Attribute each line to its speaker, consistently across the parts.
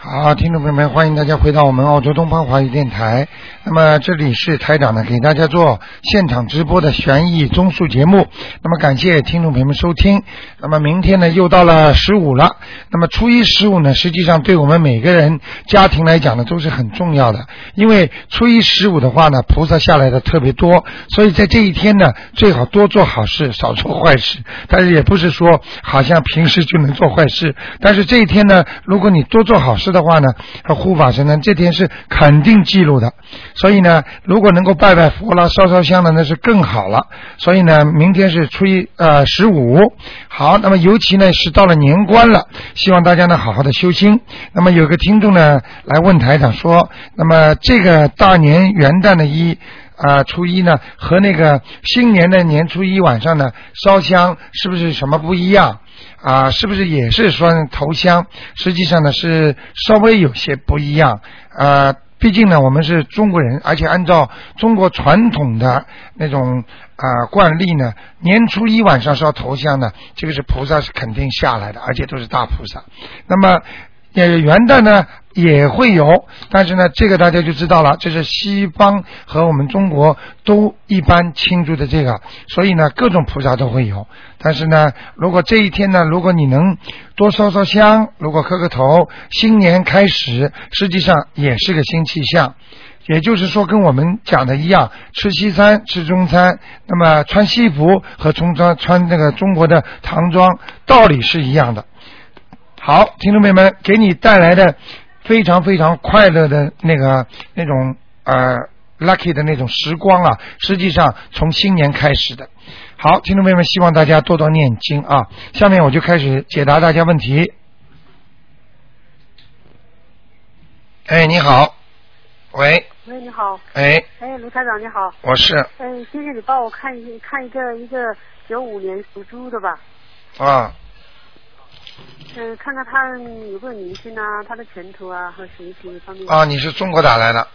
Speaker 1: 好，听众朋友们，欢迎大家回到我们澳洲东方华语电台。那么这里是台长呢，给大家做现场直播的悬疑综述节目。那么感谢听众朋友们收听。那么明天呢，又到了十五了。那么初一十五呢，实际上对我们每个人家庭来讲呢，都是很重要的。因为初一十五的话呢，菩萨下来的特别多，所以在这一天呢，最好多做好事，少做坏事。但是也不是说好像平时就能做坏事，但是这一天呢，如果你多做好事的话呢，和护法神呢，这天是肯定记录的。所以呢，如果能够拜拜佛啦、烧烧香的，那是更好了。所以呢，明天是初一呃十五，好，那么尤其呢是到了年关了，希望大家呢好好的修心。那么有个听众呢来问台长说，那么这个大年元旦的一。啊、初一呢和那个新年的年初一晚上呢烧香是不是什么不一样？啊，是不是也是说头香？实际上呢是稍微有些不一样。啊，毕竟呢我们是中国人，而且按照中国传统的那种啊惯例呢，年初一晚上烧头香呢，这个是菩萨是肯定下来的，而且都是大菩萨。那么也元旦呢也会有，但是呢，这个大家就知道了，这是西方和我们中国都一般庆祝的这个，所以呢，各种菩萨都会有。但是呢，如果这一天呢，如果你能多烧烧香，如果磕个头，新年开始，实际上也是个新气象。也就是说，跟我们讲的一样，吃西餐、吃中餐，那么穿西服和中装穿那个中国的唐装，道理是一样的。好，听众朋友们，给你带来的非常非常快乐的那个那种呃 lucky 的那种时光啊，实际上从新年开始的。好，听众朋友们，希望大家多多念经啊。下面我就开始解答大家问题。哎，你好，喂，
Speaker 2: 喂，你好，
Speaker 1: 哎，
Speaker 2: 哎，卢台长你好，
Speaker 1: 我是
Speaker 2: 哎，谢谢你帮我看一看一个一个九五年属猪的吧，
Speaker 1: 啊，
Speaker 2: 嗯、看看他有没有灵性啊，他的前途啊和学习方面。
Speaker 1: 啊，你是中国打来的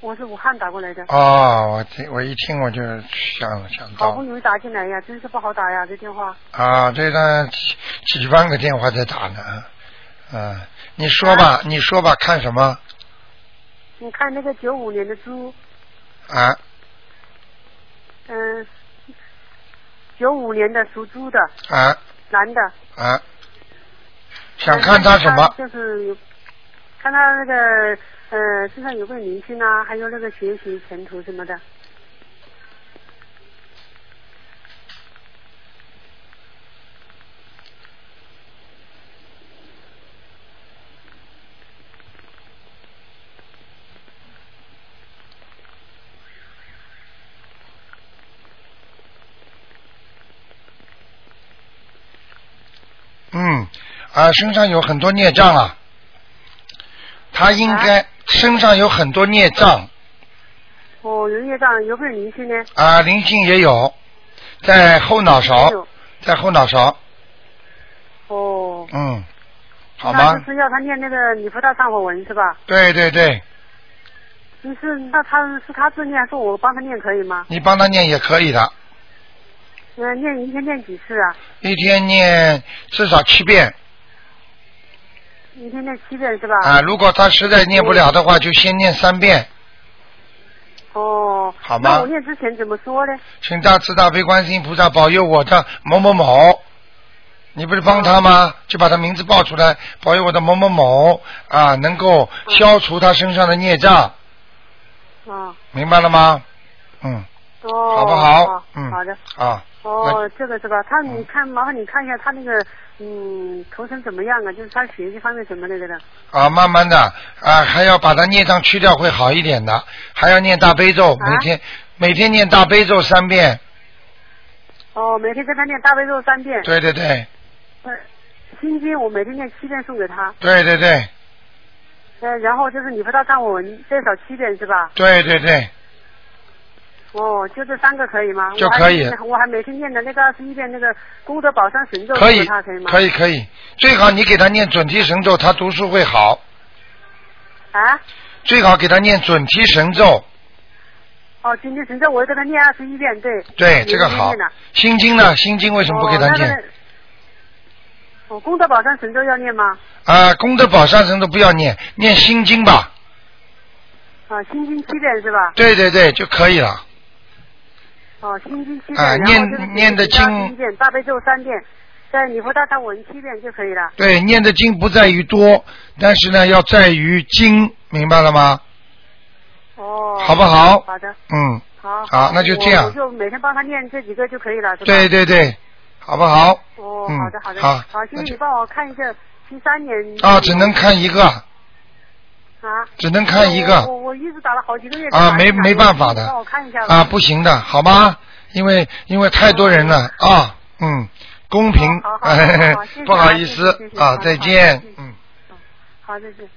Speaker 2: 我是武汉打过来的，
Speaker 1: 哦，我听我一听我就想想
Speaker 2: 好
Speaker 1: 到
Speaker 2: 不容易打进来呀，真是不好打呀，这电话。
Speaker 1: 啊，这段几几万个电话在打呢，啊，你说吧，你说吧，看什么
Speaker 2: 你看那个九五年的猪，
Speaker 1: 啊？
Speaker 2: 嗯、九五年的属猪的
Speaker 1: 啊
Speaker 2: 男的，
Speaker 1: 啊！想看他什么？
Speaker 2: 就是有，看他那个呃身上有没有灵性啊，还有那个学习前途什么的。
Speaker 1: 嗯，啊，身上有很多孽障啊。他应该
Speaker 2: 啊
Speaker 1: 身上有很多孽障
Speaker 2: 哦，有业障有没有灵性呢？
Speaker 1: 啊，灵性也有，在后脑
Speaker 2: 还
Speaker 1: 勺，
Speaker 2: 有
Speaker 1: 在后脑勺，
Speaker 2: 哦，
Speaker 1: 嗯，好
Speaker 2: 那
Speaker 1: 吗
Speaker 2: 就？是要他念那个礼佛大忏悔文是吧？
Speaker 1: 对对对，
Speaker 2: 你是那他是他自念，还是我帮他念可以吗？
Speaker 1: 你帮他念也可以的，
Speaker 2: 嗯、念一天念几次啊？
Speaker 1: 一天念至少七遍
Speaker 2: 一天念七遍是吧？
Speaker 1: 啊。如果他实在念不
Speaker 2: 嗯
Speaker 1: 了的话，就先念三遍。
Speaker 2: 哦，
Speaker 1: 好吗
Speaker 2: 那我念之前怎么说呢？
Speaker 1: 请大慈大悲观世音菩萨保佑我的某某某。你不是帮他
Speaker 2: 嗯
Speaker 1: 吗？就把他名字报出来，保佑我的某某某啊，能够消除他身上的孽障，
Speaker 2: 啊，
Speaker 1: 明白了吗？嗯，
Speaker 2: 哦，
Speaker 1: 好不
Speaker 2: 啊
Speaker 1: 好？嗯，
Speaker 2: 好的。
Speaker 1: 啊，
Speaker 2: 哦，这个是吧？他你看，麻烦你看一下他那个嗯头层怎么样啊？就是他学习方面什么那个的。
Speaker 1: 啊，慢慢的啊，还要把他孽障去掉会好一点的，还要念大悲咒，
Speaker 2: 啊
Speaker 1: 每天每天念大悲咒三遍，
Speaker 2: 哦，每天跟他念大悲咒三遍，
Speaker 1: 对对对，
Speaker 2: 呃心经我每天念七遍送给他，
Speaker 1: 对对对，
Speaker 2: 呃，然后就是你佛大忏悔文最少七遍是吧？
Speaker 1: 对对对，
Speaker 2: 哦，就这三个可以吗？
Speaker 1: 就
Speaker 2: 我还
Speaker 1: 可以
Speaker 2: 没我还每天念的那个二十一遍那个功德宝山神咒
Speaker 1: 可
Speaker 2: 给
Speaker 1: 以
Speaker 2: 他可以吗？
Speaker 1: 可以可以，最好你给他念准提神咒，他读书会好。
Speaker 2: 啊？
Speaker 1: 最好给他念准提神咒，
Speaker 2: 哦，今天神咒我给他念二十一遍，对。
Speaker 1: 对这个
Speaker 2: 每天
Speaker 1: 好
Speaker 2: 念的。哦
Speaker 1: 心经呢？心经为什么不给他
Speaker 2: 哦那
Speaker 1: 念？
Speaker 2: 个我功德宝山神咒要念吗？
Speaker 1: 啊，功德宝山神都不要念，念心经吧。
Speaker 2: 啊，心经七遍是吧？
Speaker 1: 对对对，就可以了。
Speaker 2: 哦，心经七遍，
Speaker 1: 啊
Speaker 2: 然后
Speaker 1: 念
Speaker 2: 就是
Speaker 1: 念得
Speaker 2: 心经
Speaker 1: 经
Speaker 2: 七遍，大悲咒三遍，在礼佛大忏文七遍就可以了。
Speaker 1: 对，念的经不在于多，但是呢，要在于精，明白了吗？
Speaker 2: 哦，
Speaker 1: 好不好
Speaker 2: 好的，
Speaker 1: 嗯，
Speaker 2: 好。
Speaker 1: 好那就这样
Speaker 2: 我我就每天帮他念这几个就可以了，是吧？
Speaker 1: 对。对对，好不好？
Speaker 2: 哦，
Speaker 1: 嗯
Speaker 2: 好的好的，
Speaker 1: 好
Speaker 2: 好，谢
Speaker 1: 那
Speaker 2: 谢
Speaker 1: 就
Speaker 2: 你帮我看一下七三年。
Speaker 1: 啊，只能看一个，
Speaker 2: 啊。
Speaker 1: 只能看一个
Speaker 2: 我我我一直打了好几个月。
Speaker 1: 啊，
Speaker 2: 打
Speaker 1: 没
Speaker 2: 进来
Speaker 1: 没办法
Speaker 2: 你
Speaker 1: 的
Speaker 2: 帮我看一下吧。
Speaker 1: 啊，不行的，好吗？因为因为太多人了啊，嗯，公平
Speaker 2: 好 好好好好谢谢，啊
Speaker 1: 不好意思
Speaker 2: 谢谢谢谢
Speaker 1: 啊，
Speaker 2: 好
Speaker 1: 再
Speaker 2: 好
Speaker 1: 见
Speaker 2: 谢谢，
Speaker 1: 嗯。
Speaker 2: 好，这是。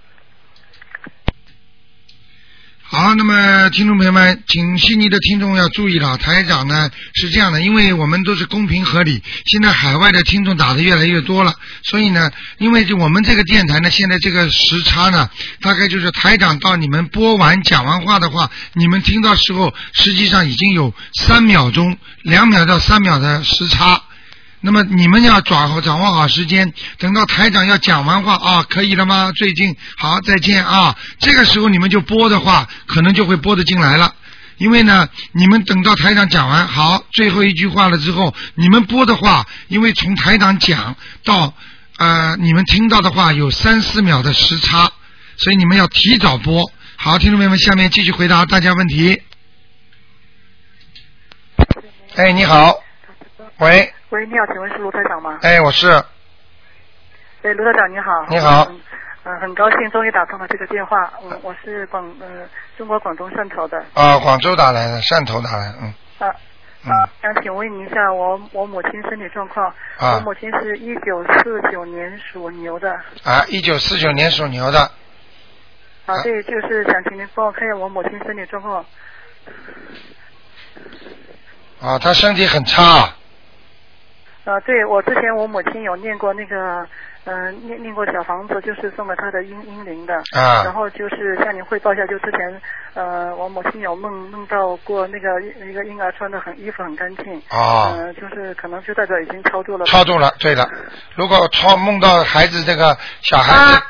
Speaker 1: 好，那么听众朋友们，请悉尼的听众要注意了，台长呢是这样的，因为我们都是公平合理，现在海外的听众打的越来越多了，所以呢，因为我们这个电台呢，现在这个时差呢，大概就是台长到你们播完讲完话的话，你们听到时候，实际上已经有三秒钟、两秒到三秒的时差。那么你们要掌握掌握好时间，等到台长要讲完话啊，可以了吗？最近好，再见啊。这个时候你们就播的话，可能就会播得进来了。因为呢，你们等到台长讲完好最后一句话了之后，你们播的话，因为从台长讲到呃你们听到的话有三四秒的时差，所以你们要提早播。好，听众朋友们，下面继续回答大家问题。哎，你好，喂。
Speaker 3: 喂，你好，请问是卢台长吗？
Speaker 1: 哎，我是
Speaker 3: 哎，卢台长你好。
Speaker 1: 你好
Speaker 3: 嗯。嗯、很高兴终于打通了这个电话。我我是广呃中国广东汕头的。
Speaker 1: 啊，广州打来的，汕头打来的，嗯
Speaker 3: 啊
Speaker 1: 嗯
Speaker 3: 啊，想请问您一下我我母亲身体状况。
Speaker 1: 啊
Speaker 3: 我母亲是一九四九年属牛的。
Speaker 1: 啊，一九四九年属牛的，
Speaker 3: 啊
Speaker 1: 啊，
Speaker 3: 对，就是想请您帮我看一下我母亲身体状况。
Speaker 1: 啊，他身体很差，
Speaker 3: 啊，对我之前我母亲有念过那个，嗯、念念过小房子，就是送给她的英英灵的。
Speaker 1: 啊
Speaker 3: 然后就是向您汇报一下，就之前，呃，我母亲有梦梦到过那个一个婴儿穿的很衣服很干净。
Speaker 1: 哦
Speaker 3: 嗯、就是可能就代表已经超度了。
Speaker 1: 超。度了。对了，如果超梦到孩子这个小孩子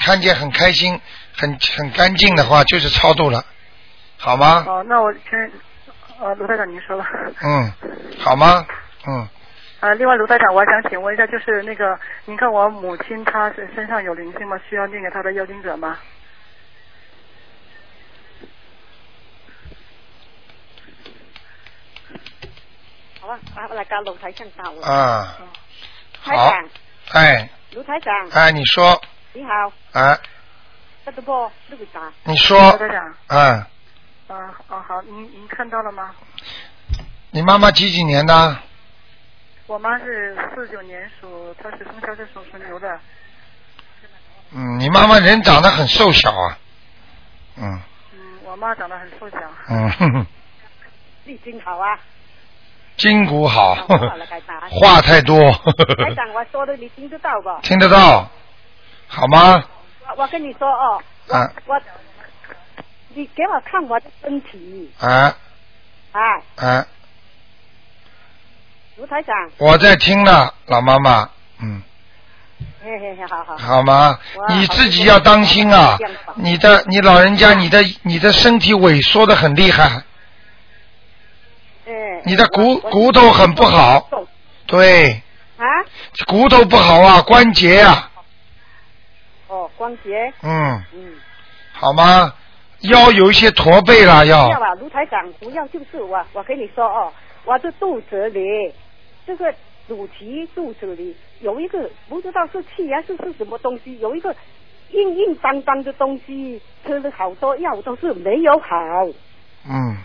Speaker 1: 看见很开心、很很干净的话，就是超度了，好吗？
Speaker 3: 哦、那我先，呃，卢台长您说吧。
Speaker 1: 嗯，好吗？嗯，
Speaker 3: 啊，另外卢台长，我还想请问一下，就是那个，您看我母亲她身身上有灵性吗？需要念给她的妖精者吗？
Speaker 4: 好啊，啊那个卢台长到了。
Speaker 1: 啊，
Speaker 4: 台长，
Speaker 1: 哎
Speaker 4: 卢台长，
Speaker 1: 哎，你说，
Speaker 4: 你好，
Speaker 1: 哎，
Speaker 4: 得得不？卢会长，
Speaker 1: 你
Speaker 3: 卢
Speaker 1: 说
Speaker 3: 台，长，
Speaker 1: 嗯，
Speaker 3: 啊啊好，您您看到了吗？
Speaker 1: 你妈妈几几年的？
Speaker 3: 我妈是四九年属，她是生肖是属属牛的。
Speaker 1: 嗯，你妈妈人长得很瘦小啊，嗯
Speaker 3: 嗯，我妈长得很啊瘦小。
Speaker 1: 嗯。 哼哼
Speaker 4: 你真好啊！
Speaker 1: 筋骨 好，
Speaker 4: 好好了，该打。
Speaker 1: 话太多，
Speaker 4: 台长，我说的你听得到不？
Speaker 1: 听得到，好吗？
Speaker 4: 我我跟你说哦，
Speaker 1: 啊
Speaker 4: 我你给我看我的身体
Speaker 1: 啊
Speaker 4: 啊，
Speaker 1: 啊！
Speaker 4: 卢台长，
Speaker 1: 我在听呢，老妈妈，嗯，
Speaker 4: 嘿嘿嘿，好好。
Speaker 1: 好吗？
Speaker 4: 哇
Speaker 1: 你自己要当心啊
Speaker 4: 好像是这样吧！
Speaker 1: 你的，你老人家，你的，你的身体萎缩的很厉害，
Speaker 4: 嗯。
Speaker 1: 你的骨
Speaker 4: 我
Speaker 1: 骨头很不好。对，
Speaker 4: 啊？
Speaker 1: 骨头不好啊，关节啊，
Speaker 4: 哦，关节，
Speaker 1: 嗯，
Speaker 4: 嗯，
Speaker 1: 好吗？腰有一些驼背了，
Speaker 4: 不要
Speaker 1: 要
Speaker 4: 啊，卢台长，不要，就是我，我跟你说哦，我的肚子里，这个肚脐肚子里有一个不知道是气还是是什么东西，有一个硬硬当当的东西，吃了好多药都是没有好。
Speaker 1: 嗯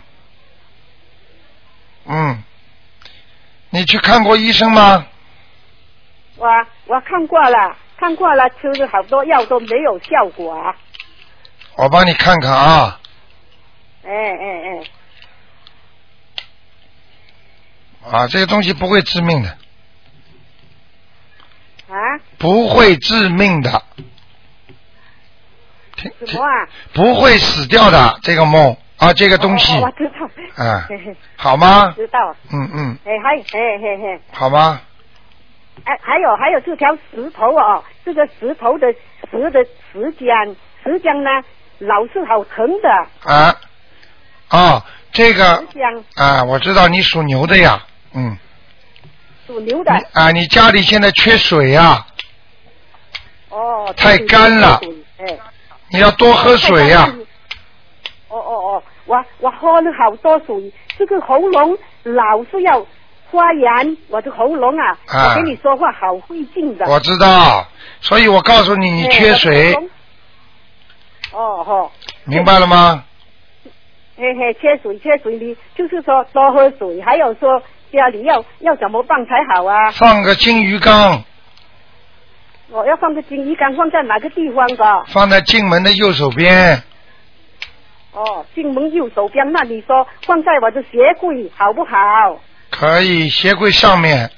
Speaker 1: 嗯，你去看过医生吗？
Speaker 4: 我我看过了，看过了，吃了好多药都没有效果啊。
Speaker 1: 我帮你看看啊，
Speaker 4: 哎哎哎，
Speaker 1: 啊，这个东西不会致命的，
Speaker 4: 啊，
Speaker 1: 不会致命的，听
Speaker 4: 什
Speaker 1: 听
Speaker 4: 么啊？
Speaker 1: 不会死掉的这个梦啊，这个东西
Speaker 4: 哦哦我知道，
Speaker 1: 啊
Speaker 4: 嘿嘿
Speaker 1: 好吗？
Speaker 4: 知道，
Speaker 1: 嗯嗯，
Speaker 4: 哎嗨，嘿嘿嘿，
Speaker 1: 好吗？
Speaker 4: 哎，还有还有这条石头哦，这个石头的石的石浆，石浆呢老是好疼的，
Speaker 1: 啊，哦，这个
Speaker 4: 石浆
Speaker 1: 啊，我知道你属牛的呀，嗯，
Speaker 4: 属牛的
Speaker 1: 你啊，你家里现在缺水呀、
Speaker 4: 哦，
Speaker 1: 太干了
Speaker 4: 哎，
Speaker 1: 你要多喝水啊呀、
Speaker 4: 太干了哦哦哦，我我喝了好多水，这个喉咙老是要发炎，我的喉咙啊，
Speaker 1: 啊
Speaker 4: 我跟你说话好费劲的。
Speaker 1: 我知道，所以我告诉你，你
Speaker 4: 哎
Speaker 1: 缺水
Speaker 4: 我的，喉咙哦哦，
Speaker 1: 明白了吗？
Speaker 4: 嘿嘿，缺水缺水你就是说多喝水，还有说家里要要怎么办才好啊？
Speaker 1: 放个金鱼缸，
Speaker 4: 我要放个金鱼缸放在哪个地方的？
Speaker 1: 放在进门的右手边，
Speaker 4: 哦，进门右手边那你说放在我的鞋柜好不好？
Speaker 1: 可以鞋柜上面，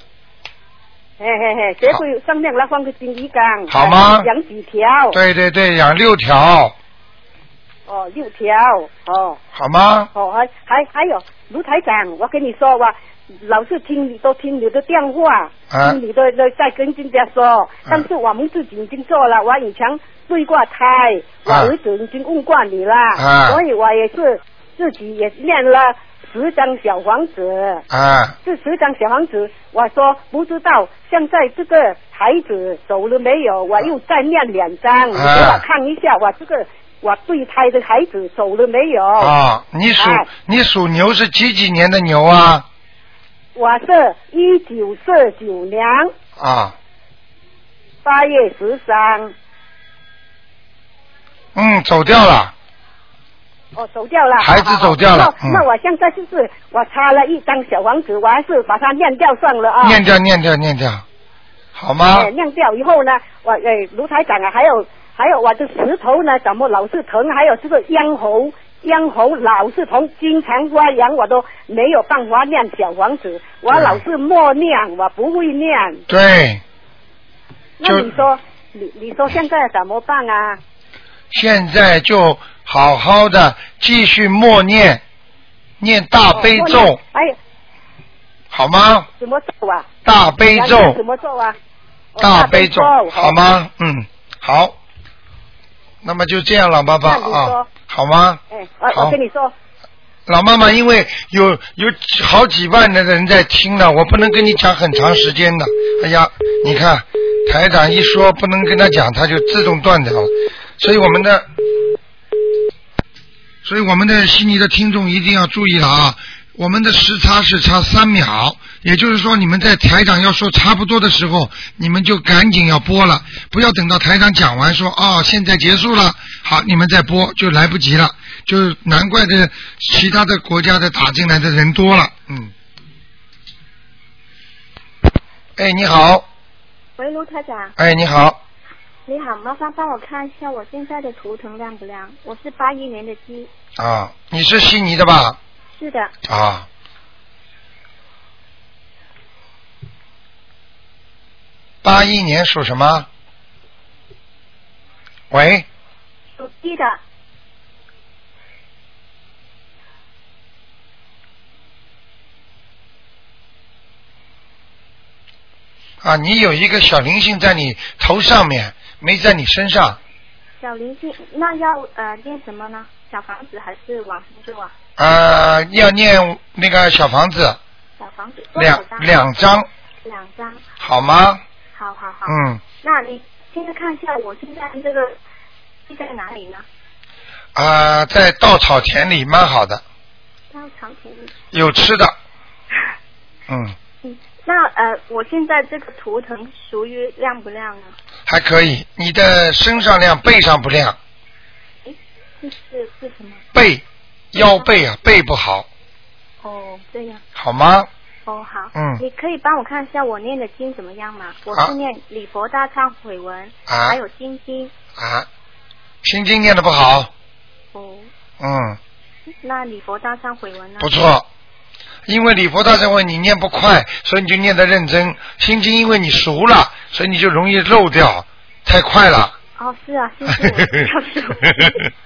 Speaker 4: 嘿嘿嘿，鞋柜上面来放个金鱼缸，
Speaker 1: 好吗
Speaker 4: 呃养几条？
Speaker 1: 对对对，养六条，
Speaker 4: 哦，六条，哦
Speaker 1: 好吗？
Speaker 4: 哦，还还还有卢台长，我跟你说哇，老是听你都听你的电话，
Speaker 1: 啊
Speaker 4: 听你的的在跟人家说，但是我们自己已经做了，我以前对过胎，我
Speaker 1: 啊
Speaker 4: 儿子已经问过你了，
Speaker 1: 啊
Speaker 4: 所以我也是自己也练了十张小房子。
Speaker 1: 啊，
Speaker 4: 这十张小房子，我说不知道现在这个孩子走了没有，我又再念两
Speaker 1: 啊
Speaker 4: 张，你给我看一下，我这个我对胎的孩子走了没有？
Speaker 1: 啊，你属
Speaker 4: 哎
Speaker 1: 你属牛是几几年的牛啊？
Speaker 4: 我是一九四九年
Speaker 1: 啊，
Speaker 4: 八月十三，
Speaker 1: 嗯，走掉了，
Speaker 4: 哦，走掉了，
Speaker 1: 孩子
Speaker 4: 好好
Speaker 1: 走掉了
Speaker 4: 那
Speaker 1: 嗯
Speaker 4: 那我现在就是我擦了一张小房子，我还是把它念掉算了啊。
Speaker 1: 念掉念掉念掉，好吗？
Speaker 4: 哎晾掉以后呢，我呃卢台长啊，还有还有我的石头呢，怎么老是疼？还有这个咽喉，咽喉老是疼，经常发炎，我都没有办法念小王子，我
Speaker 1: 对
Speaker 4: 老是默念，我不会念。
Speaker 1: 对，
Speaker 4: 那
Speaker 1: 就
Speaker 4: 你说，你你说现在怎么办啊？
Speaker 1: 现在就好好的继续默念，念大悲
Speaker 4: 默念
Speaker 1: 咒，
Speaker 4: 哎，
Speaker 1: 好吗？
Speaker 4: 怎么咒啊？
Speaker 1: 大悲咒，
Speaker 4: 怎么咒啊？哦
Speaker 1: 大悲咒，好？
Speaker 4: 大
Speaker 1: 吗？嗯，好。那么就这样，老妈妈
Speaker 4: 那你说
Speaker 1: 啊，好吗？
Speaker 5: 哦
Speaker 4: 哎，我
Speaker 1: 好
Speaker 4: 我跟你说，
Speaker 1: 老妈妈，因为有有几好几万的人在听呢，我不能跟你讲很长时间的。哎呀，你看台长一说不能跟他讲，他就自动断掉了。所以我们的，所以我们的悉尼的听众一定要注意了啊！我们的时差是差三秒，也就是说你们在台长要说差不多的时候，你们就赶紧要播了，不要等到台长讲完说哦现在结束了，好你们再播就来不及了，就是难怪这其他的国家的打进来的人多了，嗯。哎，你好，
Speaker 5: 喂，卢台长，
Speaker 1: 哎，你好，
Speaker 5: 你好，麻烦帮我看一下我现在的图腾亮不亮？我是八一年的鸡，
Speaker 1: 啊，你是悉尼的吧？
Speaker 5: 是的，
Speaker 1: 啊。八一年属什么？喂，
Speaker 5: 属鸡的，
Speaker 1: 啊，你有一个小灵性在你头上面，没在你身上
Speaker 5: 小灵性，那要呃念什么呢？小房子还是往生咒啊？
Speaker 1: 啊，要念那个小房子
Speaker 5: 小房子多
Speaker 1: 两
Speaker 5: 少张？
Speaker 1: 两张，
Speaker 5: 两张，
Speaker 1: 好吗？
Speaker 5: 好好好。
Speaker 1: 嗯，
Speaker 5: 那你现在看一下我现在这个鸡在哪里呢？
Speaker 1: 啊，在稻草田里蛮好的，
Speaker 5: 到床前面。
Speaker 1: 有吃的，嗯，
Speaker 5: 嗯，那呃，我现在这个图腾属于亮不亮呢？
Speaker 1: 还可以。你的身上亮，背上不亮，
Speaker 5: 这是是什么？
Speaker 1: 背腰背啊，背不好，
Speaker 5: 哦，这样。
Speaker 1: 好吗？
Speaker 5: 哦，好，
Speaker 1: 嗯
Speaker 5: 你可以帮我看一下我念的经怎么样吗？我
Speaker 1: 啊
Speaker 5: 是念礼佛大忏悔文，
Speaker 1: 啊
Speaker 5: 还有心经。
Speaker 1: 啊，心经念的不好，
Speaker 5: 哦，
Speaker 1: 嗯，
Speaker 5: 那礼佛大忏悔文呢？
Speaker 1: 不错。因为礼佛大忏悔你念不快，所以你就念得认真。心经因为你熟了，所以你就容易漏掉，太快 了。
Speaker 5: 哦，是啊，是是，我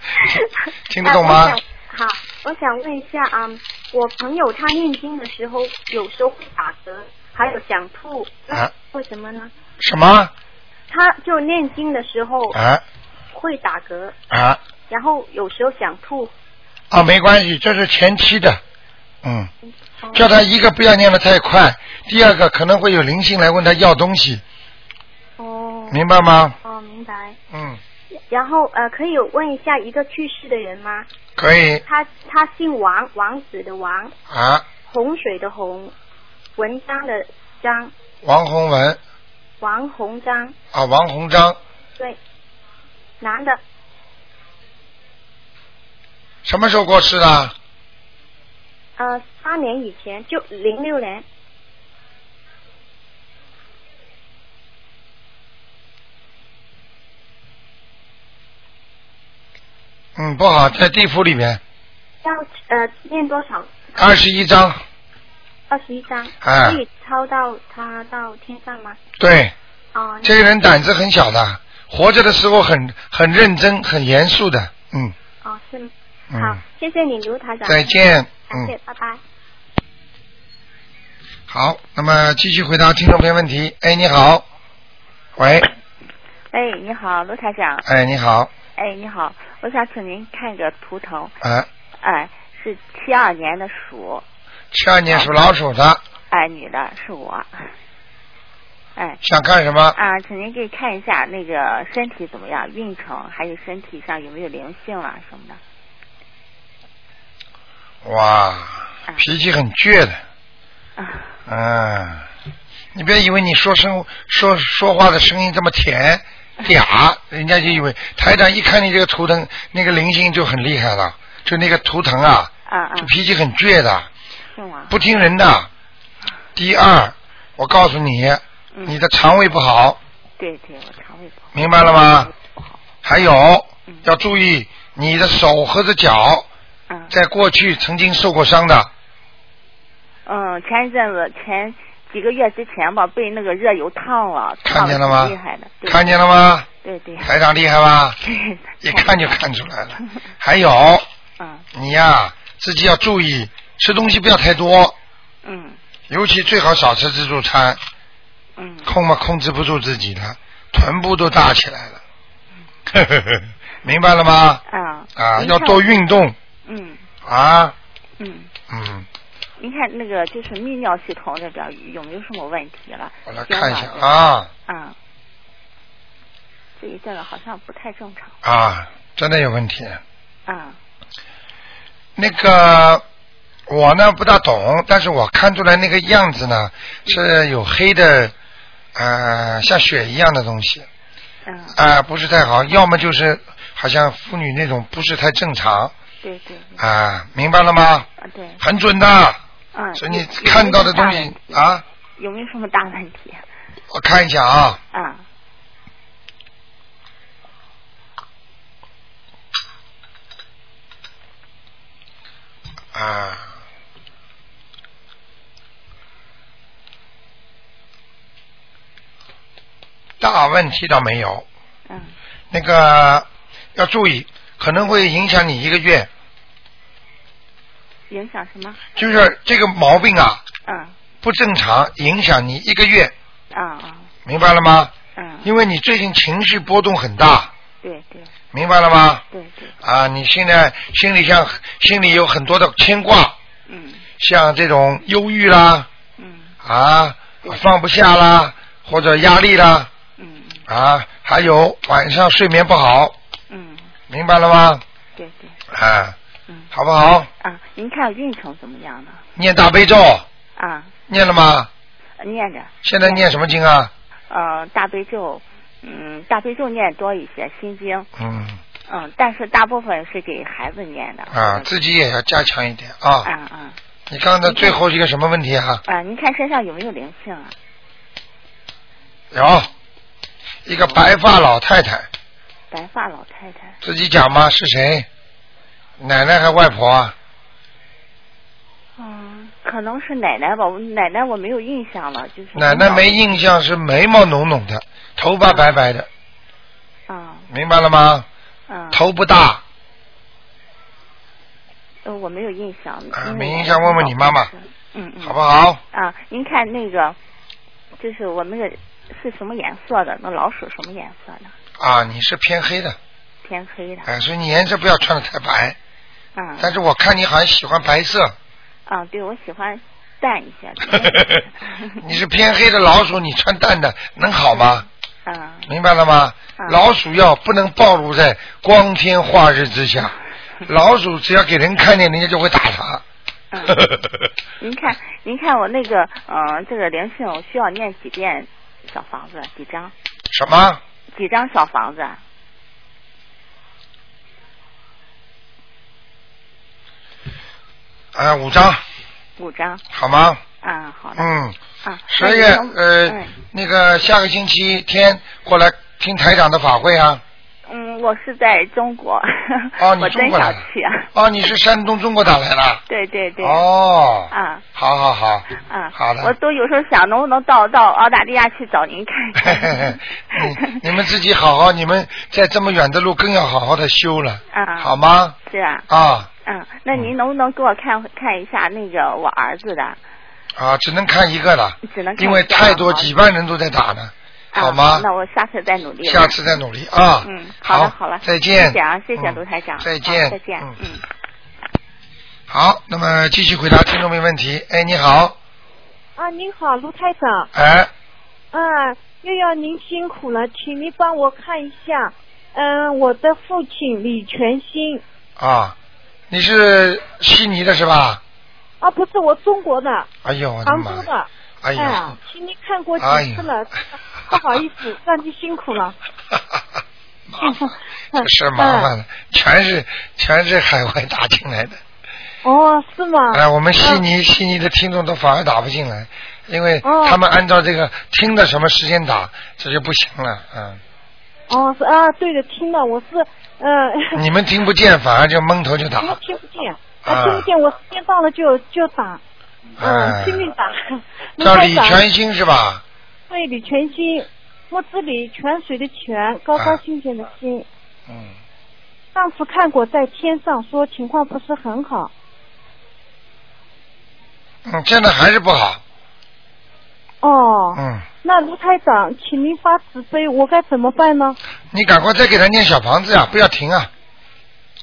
Speaker 1: 听得懂吗
Speaker 5: 哎我想好，我想问一下啊、嗯我朋友他念经的时候有时候会打嗝，还有想吐，那
Speaker 1: 啊
Speaker 5: 为什么呢？
Speaker 1: 什么？
Speaker 5: 他就念经的时候
Speaker 1: 啊
Speaker 5: 会打嗝，
Speaker 1: 啊
Speaker 5: 然后有时候想吐。
Speaker 1: 啊，没关系，这是前期的，嗯，
Speaker 5: 哦
Speaker 1: 叫他一个不要念的太快，第二个可能会有灵性来问他要东西，
Speaker 5: 哦
Speaker 1: 明白吗？
Speaker 5: 哦，明白。
Speaker 1: 嗯，
Speaker 5: 然后呃，可以问一下一个去世的人吗？
Speaker 1: 可以
Speaker 5: 他他姓王，王子的王，
Speaker 1: 啊，
Speaker 5: 洪水的洪，文章的章，
Speaker 1: 王洪文
Speaker 5: 王洪章，
Speaker 1: 啊，王洪章，
Speaker 5: 对，男的，
Speaker 1: 什么时候过世的？
Speaker 5: 呃，三年以前就零六年，
Speaker 1: 嗯，不好，在地府里面，
Speaker 5: 要呃念多少？
Speaker 1: 二十一章，
Speaker 5: 二十一章，
Speaker 1: 哎
Speaker 5: 可以抄到他到天上吗？
Speaker 1: 对，
Speaker 5: 哦，
Speaker 1: 这个人胆子很小的，活着的时候很很认真、很严肃的，嗯
Speaker 5: 哦是吗？好
Speaker 1: 嗯，，
Speaker 5: 谢谢你，卢台长，
Speaker 1: 再见，
Speaker 5: 感谢
Speaker 1: 嗯，，
Speaker 5: 拜拜。
Speaker 1: 好，那么继续回答听众朋友问题。哎，你好，喂，
Speaker 6: 哎，你好，卢台长。
Speaker 1: 哎，你好，
Speaker 6: 哎，你好，我想请您看个图腾。
Speaker 1: 啊，
Speaker 6: 哎，是七二年的鼠，
Speaker 1: 七二年属老鼠的，
Speaker 6: 哎，女的，是我。哎，
Speaker 1: 想看什么？
Speaker 6: 啊，请您给看一下那个身体怎么样，运程，还有身体上有没有灵性啊什么的。
Speaker 1: 哇，脾气很倔的，
Speaker 6: 啊，
Speaker 1: 嗯，你别以为你说声说说话的声音这么甜嗲，人家就以为台长一看你这个图腾，那个灵性就很厉害了，就那个图腾啊，
Speaker 6: 啊啊
Speaker 1: 就，脾气很倔的，
Speaker 6: 是吗？
Speaker 1: 不听人的。第二，我告诉你，
Speaker 6: 嗯
Speaker 1: 你的肠胃不好，
Speaker 6: 对对，我肠胃不好。
Speaker 1: 明白了吗？
Speaker 6: 嗯不好。
Speaker 1: 还有
Speaker 6: 嗯
Speaker 1: 要注意你的手和这脚，
Speaker 6: 嗯
Speaker 1: 在过去曾经受过伤的，
Speaker 6: 嗯，前一阵子前几个月之前吧，被那个热油烫了，
Speaker 1: 看
Speaker 6: 烫
Speaker 1: 见
Speaker 6: 得
Speaker 1: 了吗
Speaker 6: 挺厉害的，？对
Speaker 1: 看见了吗？
Speaker 6: 对对。
Speaker 1: 台长厉害 吧？
Speaker 6: 对
Speaker 1: 一看就看出来了。还有
Speaker 6: 嗯
Speaker 1: 你呀、自己要注意，吃东西不要太多，
Speaker 6: 嗯
Speaker 1: 尤其最好少吃自助餐，
Speaker 6: 嗯，
Speaker 1: 控嘛控制不住自己的，臀部都大起来了。 呵呵呵，明白了吗？
Speaker 6: 啊
Speaker 1: 啊，
Speaker 6: 您
Speaker 1: 要
Speaker 6: 看
Speaker 1: 多运动
Speaker 6: 嗯
Speaker 1: 啊，
Speaker 6: 嗯，
Speaker 1: 嗯，
Speaker 6: 您看那个就是泌尿系统这边有没有什么问题了？
Speaker 1: 我来看一下
Speaker 6: 行吧
Speaker 1: 啊
Speaker 6: 啊，这一阵子好像不太正常
Speaker 1: 啊，真的有问题。
Speaker 6: 啊
Speaker 1: 那个我呢不大懂，但是我看出来那个样子呢是有黑的，呃，像血一样的东西，
Speaker 6: 嗯，
Speaker 1: 啊、不是太好，要么就是好像妇女那种不是太正常，啊、
Speaker 6: 对对对
Speaker 1: 明白了吗？
Speaker 6: 啊对，
Speaker 1: 很准的，
Speaker 6: 嗯，
Speaker 1: 所以你
Speaker 6: 有
Speaker 1: 看到的东西，啊，
Speaker 6: 有没有什么大问题有没有什么大问题
Speaker 1: 我看一下啊，
Speaker 6: 啊？
Speaker 1: 啊。大问题倒没有，
Speaker 6: 嗯，
Speaker 1: 那个要注意，可能会影响你一个月。
Speaker 6: 影响什么？
Speaker 1: 就是这个毛病啊
Speaker 6: 嗯
Speaker 1: 不正常，影响你一个月，
Speaker 6: 啊啊
Speaker 1: 明白了吗？
Speaker 6: 嗯，
Speaker 1: 因为你最近情绪波动很大，
Speaker 6: 对对
Speaker 1: 明白了吗？
Speaker 6: 对对，
Speaker 1: 啊，你现在心里像心里有很多的牵挂，
Speaker 6: 嗯
Speaker 1: 像这种忧郁啦，
Speaker 6: 嗯
Speaker 1: 啊，放不下啦，或者压力啦，
Speaker 6: 嗯嗯
Speaker 1: 啊，还有晚上睡眠不好，
Speaker 6: 嗯，
Speaker 1: 明白了吗？
Speaker 6: 对对，
Speaker 1: 啊，
Speaker 6: 嗯
Speaker 1: 好不好？
Speaker 6: 啊，您看运程怎么样呢？
Speaker 1: 念大悲咒，
Speaker 6: 啊，
Speaker 1: 念了吗？
Speaker 6: 念着。
Speaker 1: 现在念什么经啊？
Speaker 6: 呃，大悲咒，嗯，大悲咒念多一些，心经，
Speaker 1: 嗯，
Speaker 6: 嗯，但是大部分是给孩子念的。
Speaker 1: 啊，自己也要加强一点啊。
Speaker 6: 啊啊
Speaker 1: 你刚才最后一个什么问题啊？
Speaker 6: 啊！您看身上有没有灵性啊？
Speaker 1: 有一个白发老太太，
Speaker 6: 白发老太太，
Speaker 1: 自己讲吗？是谁？奶奶还外婆啊？
Speaker 6: 嗯，可能是奶奶吧，我奶奶我没有印象了，就是
Speaker 1: 奶奶没印象，是眉毛浓浓的，头发白白的，
Speaker 6: 啊
Speaker 1: 明白了吗？
Speaker 6: 啊，
Speaker 1: 头不大，
Speaker 6: 呃我没有印象。
Speaker 1: 啊
Speaker 6: 因为
Speaker 1: 没印象问问你妈妈
Speaker 6: 嗯嗯，
Speaker 1: 好不好？
Speaker 6: 啊，您看那个，就是我那个是什么颜色的？那老鼠什么颜色的？
Speaker 1: 啊，你是偏黑的，
Speaker 6: 偏黑的。
Speaker 1: 哎、所以你颜色不要穿的太白。
Speaker 6: 嗯
Speaker 1: 但是我看你好像喜欢白色，
Speaker 6: 啊，对，我喜欢淡一些的。
Speaker 1: 你是偏黑的老鼠，你穿淡的能好吗？
Speaker 6: 嗯
Speaker 1: 明白了吗？
Speaker 6: 嗯
Speaker 1: 老鼠药不能暴露在光天化日之下，老鼠只要给人看见，人家就会打它。
Speaker 6: 嗯。 您看，您看我那个，嗯、这个灵性我需要念几遍小房子？几张？
Speaker 1: 什么？
Speaker 6: 几张小房子？
Speaker 1: 啊，五张，
Speaker 6: 五张。
Speaker 1: 好吗？
Speaker 6: 啊，好的。
Speaker 1: 嗯，
Speaker 6: 啊，
Speaker 1: 十
Speaker 6: 那
Speaker 1: 月
Speaker 6: 您能
Speaker 1: 呃
Speaker 6: 嗯，
Speaker 1: 那个下个星期天过来听台长的法会啊。
Speaker 6: 嗯，我是在中国。
Speaker 1: 哦，你
Speaker 6: 我
Speaker 1: 中
Speaker 6: 真
Speaker 1: 国来
Speaker 6: 想
Speaker 1: 了
Speaker 6: 去啊。。
Speaker 1: 哦，你是山东中国打来的。
Speaker 6: 对对对。。
Speaker 1: 哦。
Speaker 6: 啊
Speaker 1: 好好好。
Speaker 6: 啊，
Speaker 1: 好的。
Speaker 6: 我都有时候想，能不能到到澳大利亚去找您看 看？
Speaker 1: 嗯你你们自己好好，你们在这么远的路更要好好的修了，
Speaker 6: 啊，
Speaker 1: 好吗？
Speaker 6: 是啊，
Speaker 1: 啊
Speaker 6: 嗯，那您能不能给我看看一下那个我儿子的？
Speaker 1: 啊，只能看一个了，
Speaker 6: 只能看
Speaker 1: 因为
Speaker 6: 一下
Speaker 1: 太
Speaker 6: 了
Speaker 1: 多
Speaker 6: 好
Speaker 1: 几万人都在打呢，好
Speaker 6: 啊
Speaker 1: 吗？
Speaker 6: 那我下次再努力。
Speaker 1: 下次再努力啊。
Speaker 6: 嗯，好
Speaker 1: 好
Speaker 6: 了好了，
Speaker 1: 再见。
Speaker 6: 谢谢啊，谢谢
Speaker 1: 嗯
Speaker 6: 卢台长，
Speaker 1: 再
Speaker 6: 好
Speaker 1: 见。
Speaker 6: 再见，
Speaker 1: 嗯。
Speaker 6: 嗯。
Speaker 1: 好，那么继续回答听众没问题。哎，你好，
Speaker 5: 啊，您好，卢台长。
Speaker 1: 哎，
Speaker 5: 啊，又要您辛苦了，请您帮我看一下，嗯，我的父亲李全兴。
Speaker 1: 啊，你是悉尼的是吧？
Speaker 5: 啊，不是我中国的，
Speaker 1: 哎呦，我的
Speaker 5: 杭
Speaker 1: 妈
Speaker 5: 州
Speaker 1: 呀！
Speaker 5: 的。
Speaker 1: 哎呀，
Speaker 5: 呀，请您看过几次了，
Speaker 1: 哎呀
Speaker 5: 不好意 思，让您辛苦了。
Speaker 1: 麻烦，这
Speaker 5: 嗯
Speaker 1: 事麻烦了，全是全是海外打进来的。
Speaker 5: 哦，是吗？
Speaker 1: 哎，我们悉尼悉尼的听众都反而打不进来，因为
Speaker 5: 嗯哦
Speaker 1: 他们按照这个听的什么时间打，这就不行了。嗯，
Speaker 5: 哦，是啊，对的，听了，我是，呃，
Speaker 1: 你们听不见，反而就蒙头就打
Speaker 5: 你。们听不见，
Speaker 1: 啊
Speaker 5: 啊，听不见，我时间到了就就打，
Speaker 1: 哎
Speaker 5: 嗯，拼命打。卢
Speaker 1: 叫
Speaker 5: 台
Speaker 1: 李
Speaker 5: 长
Speaker 1: 全兴是吧？
Speaker 5: 对，李全兴，木子李，泉水的泉，高高兴兴的兴。
Speaker 1: 嗯，
Speaker 5: 上次看过，在天上说情况不是很好，
Speaker 1: 嗯，现在还是不好。
Speaker 5: 哦，
Speaker 1: 嗯，
Speaker 5: 那卢台长，请您发慈悲，我该怎么办呢？
Speaker 1: 你赶快再给他念小房子呀、不要停啊。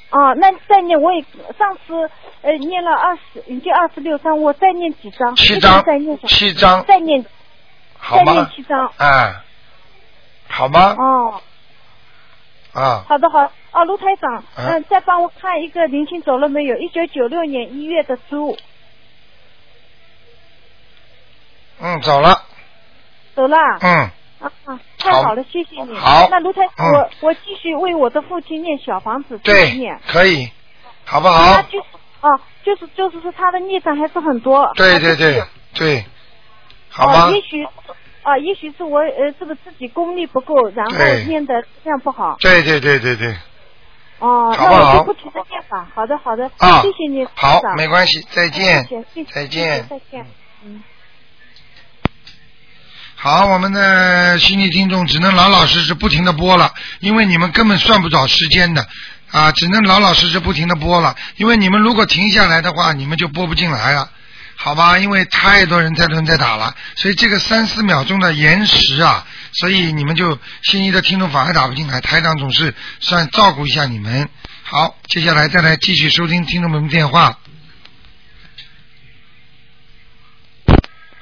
Speaker 5: 啊，那再念我也上次呃念了二十，已经二十六章，我再念几章？
Speaker 1: 七
Speaker 5: 一
Speaker 1: 章
Speaker 5: 共再念，什
Speaker 1: 七章，
Speaker 5: 再念
Speaker 1: 好
Speaker 5: 再念
Speaker 1: 吗？
Speaker 5: 七章。
Speaker 1: 啊，好吗？
Speaker 5: 哦，
Speaker 1: 啊，
Speaker 5: 好的好。啊，卢台长，
Speaker 1: 啊
Speaker 5: 嗯，再帮我看一个灵性走了没有？一九九六年一月的猪
Speaker 1: 嗯，走了，
Speaker 5: 走了。
Speaker 1: 嗯，
Speaker 5: 啊，太好了，谢谢你。
Speaker 1: 好
Speaker 5: 那卢台，
Speaker 1: 嗯
Speaker 5: 我我继续为我的父亲念小房子，继续
Speaker 1: 对
Speaker 5: 念。，
Speaker 1: 可以，好不
Speaker 5: 他
Speaker 1: 好？
Speaker 5: 就是哦，就是就是说他的孽障还是很多。啊
Speaker 1: 对对对对，好
Speaker 5: 哦
Speaker 1: 吗，？
Speaker 5: 也许啊，也许是我呃，是不是自己功力不够，然后
Speaker 1: 对
Speaker 5: 念的质量不好？
Speaker 1: 对对对对对，
Speaker 5: 哦，
Speaker 1: 好不
Speaker 5: 那我
Speaker 1: 好
Speaker 5: 就不停的念吧。好的好的，
Speaker 1: 啊
Speaker 5: 谢谢你，台
Speaker 1: 好，
Speaker 5: 长
Speaker 1: 没关系，再见
Speaker 5: 谢谢谢谢，
Speaker 1: 再
Speaker 5: 谢谢
Speaker 1: 见。
Speaker 5: 再见。嗯
Speaker 1: 好，我们的悉尼听众只能老老实实不停的播了，因为你们根本算不着时间的。啊，只能老老实实不停的播了，因为你们如果停下来的话，你们就播不进来了，好吧？因为太多人在轮在打了，所以这个三四秒钟的延时啊，所以你们就心仪的听众反而打不进来。台长总是算照顾一下你们。好，接下来再来继续收听听众朋友们电话。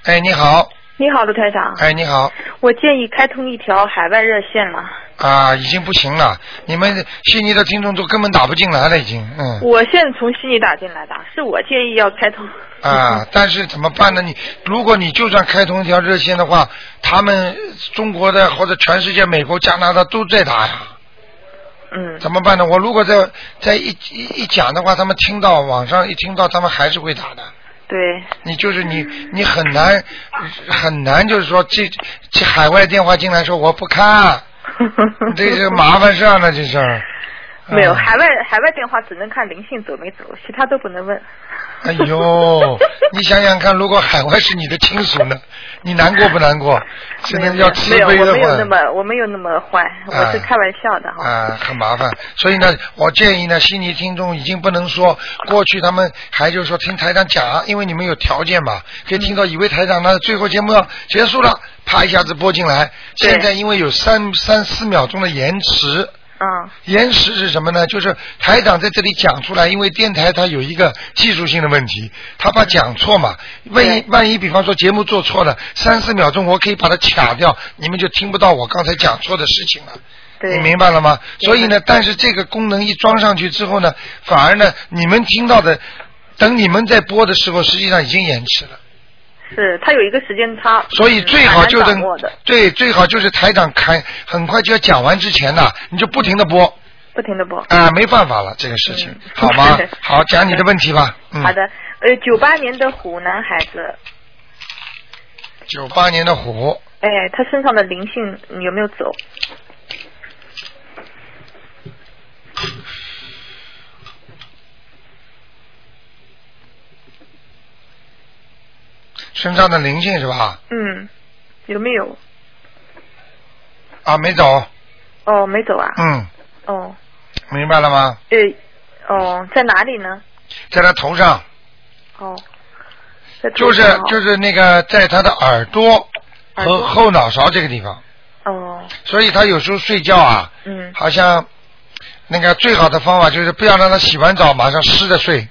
Speaker 1: 哎，你好，
Speaker 7: 你好，卢台长，
Speaker 1: 哎，你好。
Speaker 7: 我建议开通一条海外热线了。
Speaker 1: 啊，已经不行了，你们悉尼的听众都根本打不进来了，已经，嗯，
Speaker 7: 我现在从悉尼打进来的，是我建议要开通。
Speaker 1: 啊，但是怎么办呢？你如果你就算开通一条热线的话，他们中国的或者全世界、美国、加拿大都在打呀，
Speaker 7: 嗯，
Speaker 1: 怎么办呢？我如果在在一一一讲的话，他们听到网上一听到，他们还是会打的。
Speaker 7: 对，
Speaker 1: 你就是你，你很难很难，就是说这这 海外电话进来说我不看，这是麻烦事儿呢，这是。
Speaker 7: 没有，
Speaker 1: 啊
Speaker 7: 海外海外电话只能看灵性走没走，其他都不能问。
Speaker 1: 哎呦，你想想看，如果海外是你的亲属呢，你难过不难过？现在要慈
Speaker 7: 没有，
Speaker 1: 悲
Speaker 7: 我
Speaker 1: 的
Speaker 7: 没有那
Speaker 1: 话，哎
Speaker 7: 么我没有那么坏，我是开玩笑的哈。
Speaker 1: 啊，很麻烦。所以呢，我建议呢，悉尼听众已经不能说过去他们还就是说听台长讲，因为你们有条件嘛，可以听
Speaker 7: 嗯
Speaker 1: 到以为台长呢最后节目要结束了，啪一下子拨进来。
Speaker 7: 对
Speaker 1: 现在因为有三三四秒钟的延迟，
Speaker 7: 嗯
Speaker 1: 延时是什么呢？就是台长在这里讲出来，因为电台它有一个技术性的问题，他怕讲错嘛。万一万一，比方说节目做错了三四秒钟，我可以把它卡掉，你们就听不到我刚才讲错的事情了。
Speaker 7: 对，
Speaker 1: 你明白了吗？所以呢，但是这个功能一装上去之后呢，反而呢，你们听到的，等你们在播的时候，实际上已经延迟了。
Speaker 7: 是他有一个时间差，
Speaker 1: 所以
Speaker 7: 嗯
Speaker 1: 最好就
Speaker 7: 很难
Speaker 1: 等
Speaker 7: 掌握的，
Speaker 1: 对，最好就是台长开很快就要讲完之前呢，你就不停的播。
Speaker 7: 不停的播。
Speaker 1: 啊，没办法了，这个事情，
Speaker 7: 嗯
Speaker 1: 好 吗
Speaker 7: 是？
Speaker 1: 好，讲你的问题吧。嗯，
Speaker 7: 好。的，呃，九八年的虎男孩子，
Speaker 1: 九八年的虎，
Speaker 7: 哎，他身上的灵性有没有走？
Speaker 1: 身上的灵性是吧？
Speaker 7: 嗯，有没有？
Speaker 1: 啊，没走。
Speaker 7: 哦，没走啊。
Speaker 1: 嗯，
Speaker 7: 哦，
Speaker 1: 明白了吗？
Speaker 7: 呃，哦，在哪里呢？
Speaker 1: 在他头上，
Speaker 7: 哦，在头
Speaker 1: 就是
Speaker 7: 上哦
Speaker 1: 就是那个在他的耳朵
Speaker 7: 耳
Speaker 1: 和
Speaker 7: 朵
Speaker 1: 后脑勺这个地方，
Speaker 7: 哦，
Speaker 1: 所以他有时候睡觉啊，
Speaker 7: 嗯，
Speaker 1: 好像那个最好的方法就是不要让他洗完澡马上湿着睡。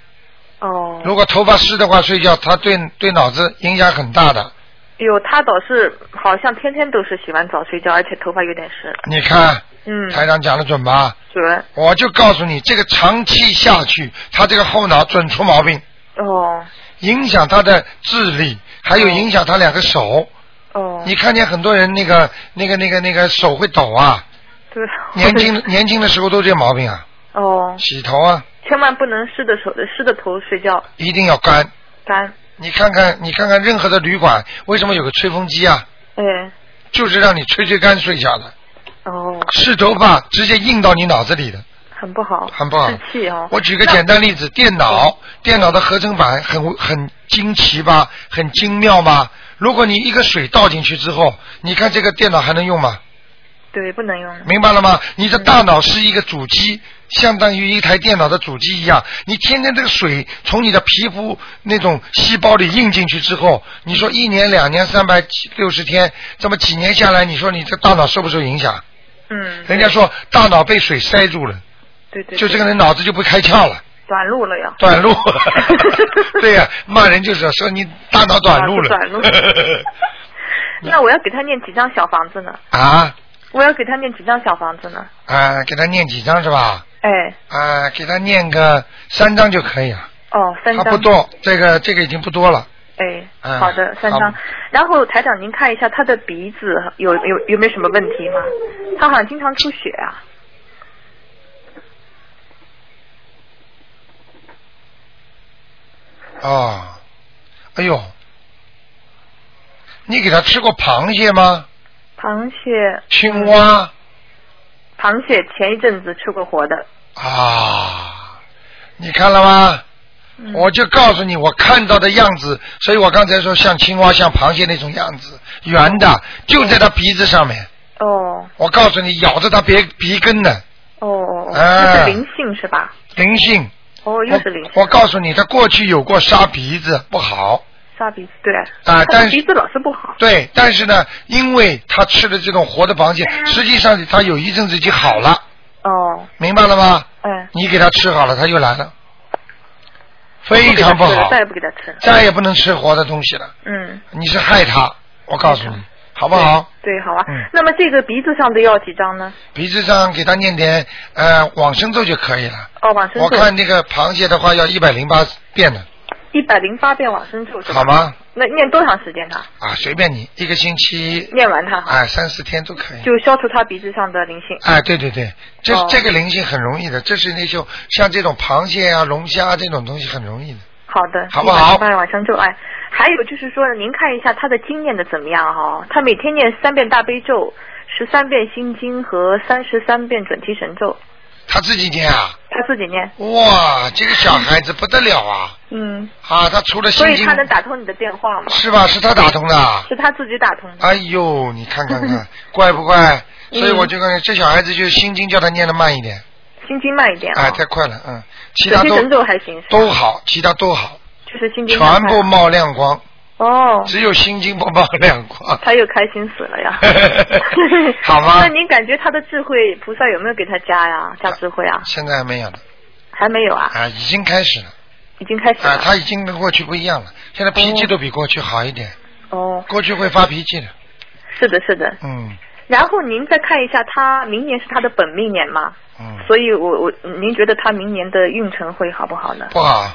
Speaker 7: 哦，
Speaker 1: 如果头发湿的话，睡觉它对对脑子影响很大的。
Speaker 7: 有他倒是好像天天都是洗完澡睡觉，而且头发有点湿。
Speaker 1: 你看
Speaker 7: 嗯，
Speaker 1: 台长讲的准吧？
Speaker 7: 准。
Speaker 1: 我就告诉你，这个长期下去，他这个后脑准出毛病，
Speaker 7: 哦
Speaker 1: 影响他的智力，还有影响他两个手。
Speaker 7: 哦，
Speaker 1: 你看见很多人那个那个那个那个手会抖啊，
Speaker 7: 对，
Speaker 1: 年轻年轻的时候都这个毛病啊，
Speaker 7: 哦，
Speaker 1: 洗头啊
Speaker 7: 千万不能湿着手湿着头睡觉，
Speaker 1: 一定要干。
Speaker 7: 干。
Speaker 1: 你看看你看看任何的旅馆为什么有个吹风机啊？
Speaker 7: 哎，
Speaker 1: 就是让你吹吹干睡觉的，
Speaker 7: 哦，
Speaker 1: 湿头发直接印到你脑子里的。
Speaker 7: 很不好，
Speaker 1: 很不好
Speaker 7: 湿气哦。
Speaker 1: 我举个简单例子，电脑电脑的合成板很很惊奇吧，很精妙吧。如果你一个水倒进去之后，你看这个电脑还能用吗？
Speaker 7: 对，不能用。
Speaker 1: 明白了吗？你的大脑是一个主机，相当于一台电脑的主机一样。你天天这个水从你的皮肤那种细胞里印进去之后，你说一年、两年、三百六十天，这么几年下来，你说你这大脑受不受影响？
Speaker 7: 嗯，
Speaker 1: 人家说大脑被水塞住了，
Speaker 7: 对对，
Speaker 1: 就
Speaker 7: 对
Speaker 1: 这个人脑子就不开窍了。
Speaker 7: 短路了呀。
Speaker 1: 短 路，对呀、骂人就是说你大脑短路了，
Speaker 7: 嗯短路 那我要给他念几张小房子呢？
Speaker 1: 啊
Speaker 7: 我要给他念几张小房子呢？
Speaker 1: 啊，给他念几张是吧？
Speaker 7: 哎，
Speaker 1: 啊，给他念个三张就可以了，
Speaker 7: 哦，三
Speaker 1: 他
Speaker 7: 张。
Speaker 1: 不多，这个这个已经不多了，
Speaker 7: 哎，
Speaker 1: 嗯
Speaker 7: 好的，三张
Speaker 1: 好。
Speaker 7: 然后台长，您看一下他的鼻子有有有没有什么问题吗？他好像经常出血啊。
Speaker 1: 哦，哎呦，你给他吃过螃蟹吗？
Speaker 7: 螃蟹，
Speaker 1: 青蛙
Speaker 7: 螃蟹前一阵子吃过活的。
Speaker 1: 啊，你看了吗？
Speaker 7: 嗯
Speaker 1: 我就告诉你，我看到的样子，所以我刚才说像青蛙、像螃蟹那种样子，圆的，就在他鼻子上面。
Speaker 7: 哦
Speaker 1: 我告诉你，咬着它别鼻根呢，
Speaker 7: 哦哦，哦
Speaker 1: 哎
Speaker 7: 这是灵性是吧？
Speaker 1: 灵性。
Speaker 7: 哦，又是灵性
Speaker 1: 我。我告诉你，它过去有过沙鼻子，不好。
Speaker 7: 沙鼻子，对。
Speaker 1: 啊
Speaker 7: 他
Speaker 1: 但
Speaker 7: 的
Speaker 1: 是
Speaker 7: 鼻子老是不好。
Speaker 1: 对，但是呢，因为它吃了这种活的螃蟹，
Speaker 7: 啊
Speaker 1: 实际上它有一阵子已经好了，
Speaker 7: 哦，
Speaker 1: 明白了吗？
Speaker 7: 哎，
Speaker 1: 你给它吃好了，它又来了，非
Speaker 7: 不给他
Speaker 1: 常不
Speaker 7: 吃了
Speaker 1: 好
Speaker 7: 再，也不给他吃了。
Speaker 1: 再也不能吃活的东西了。
Speaker 7: 嗯，
Speaker 1: 你是害它，我告诉你，好不好？
Speaker 7: 对，好啊。
Speaker 1: 嗯
Speaker 7: 那么这个鼻子上的要几张呢？
Speaker 1: 鼻子上给它念点呃往生咒就可以了。
Speaker 7: 哦，往生
Speaker 1: 我
Speaker 7: 咒，
Speaker 1: 看那个螃蟹的话要一百零八遍呢，
Speaker 7: 一百零八遍往生咒是吧？
Speaker 1: 好？吗？
Speaker 7: 那念多长时间呢？
Speaker 1: 啊，随便你，一个星期，
Speaker 7: 念完它哈，
Speaker 1: 哎，三四天都可以。
Speaker 7: 就消除他鼻子上的灵性。
Speaker 1: 哎，对对对，这、
Speaker 7: 哦
Speaker 1: 这个灵性很容易的，这是那种像这种螃蟹啊、龙虾、这种东西很容易的。
Speaker 7: 好的，
Speaker 1: 好不好
Speaker 7: 拜晚上咒哎，还有就是说，您看一下他的经念的怎么样哈、他每天念三遍大悲咒，十三遍心经和三十三遍准提神咒。
Speaker 1: 他自己念啊。
Speaker 7: 他自己念。
Speaker 1: 哇，这个小孩子不得了啊！
Speaker 7: 嗯。
Speaker 1: 啊，他除了心
Speaker 7: 所以
Speaker 1: 经
Speaker 7: 他能打通你的电话吗？
Speaker 1: 是吧？是他打通的啊。
Speaker 7: 是他自己打通的。
Speaker 1: 哎呦，你看看 看，怪不怪？
Speaker 7: 嗯
Speaker 1: 所以我就跟这小孩子就是心经叫他念的慢一点，
Speaker 7: 心经慢一点啊。
Speaker 1: 哎，太快了，嗯，其他
Speaker 7: 准提神
Speaker 1: 都
Speaker 7: 咒还行，是吧
Speaker 1: 都好，其他都好，
Speaker 7: 就是心经慢
Speaker 1: 全
Speaker 7: 慢
Speaker 1: 部冒亮光，
Speaker 7: 哦，
Speaker 1: 只有心经不冒亮 光。。
Speaker 7: 他又开心死了呀
Speaker 1: 啊 好吗
Speaker 7: 那您感觉他的智慧，菩萨有没有给他加呀？加智慧啊？
Speaker 1: 现在还没有呢，
Speaker 7: 还没有啊，
Speaker 1: 啊，已经开始了，
Speaker 7: 已经开始
Speaker 1: 啊，
Speaker 7: 了。
Speaker 1: 他已经跟过去不一样了，现在脾气
Speaker 7: 哦
Speaker 1: 都比过去好一点，
Speaker 7: 哦，
Speaker 1: 过去会发脾气的，
Speaker 7: 是的，是的。
Speaker 1: 嗯
Speaker 7: 然后您再看一下，他明年是他的本命年嘛？
Speaker 1: 嗯，
Speaker 7: 所以我我您觉得他明年的运程会好不好呢？
Speaker 1: 不好，
Speaker 7: 哦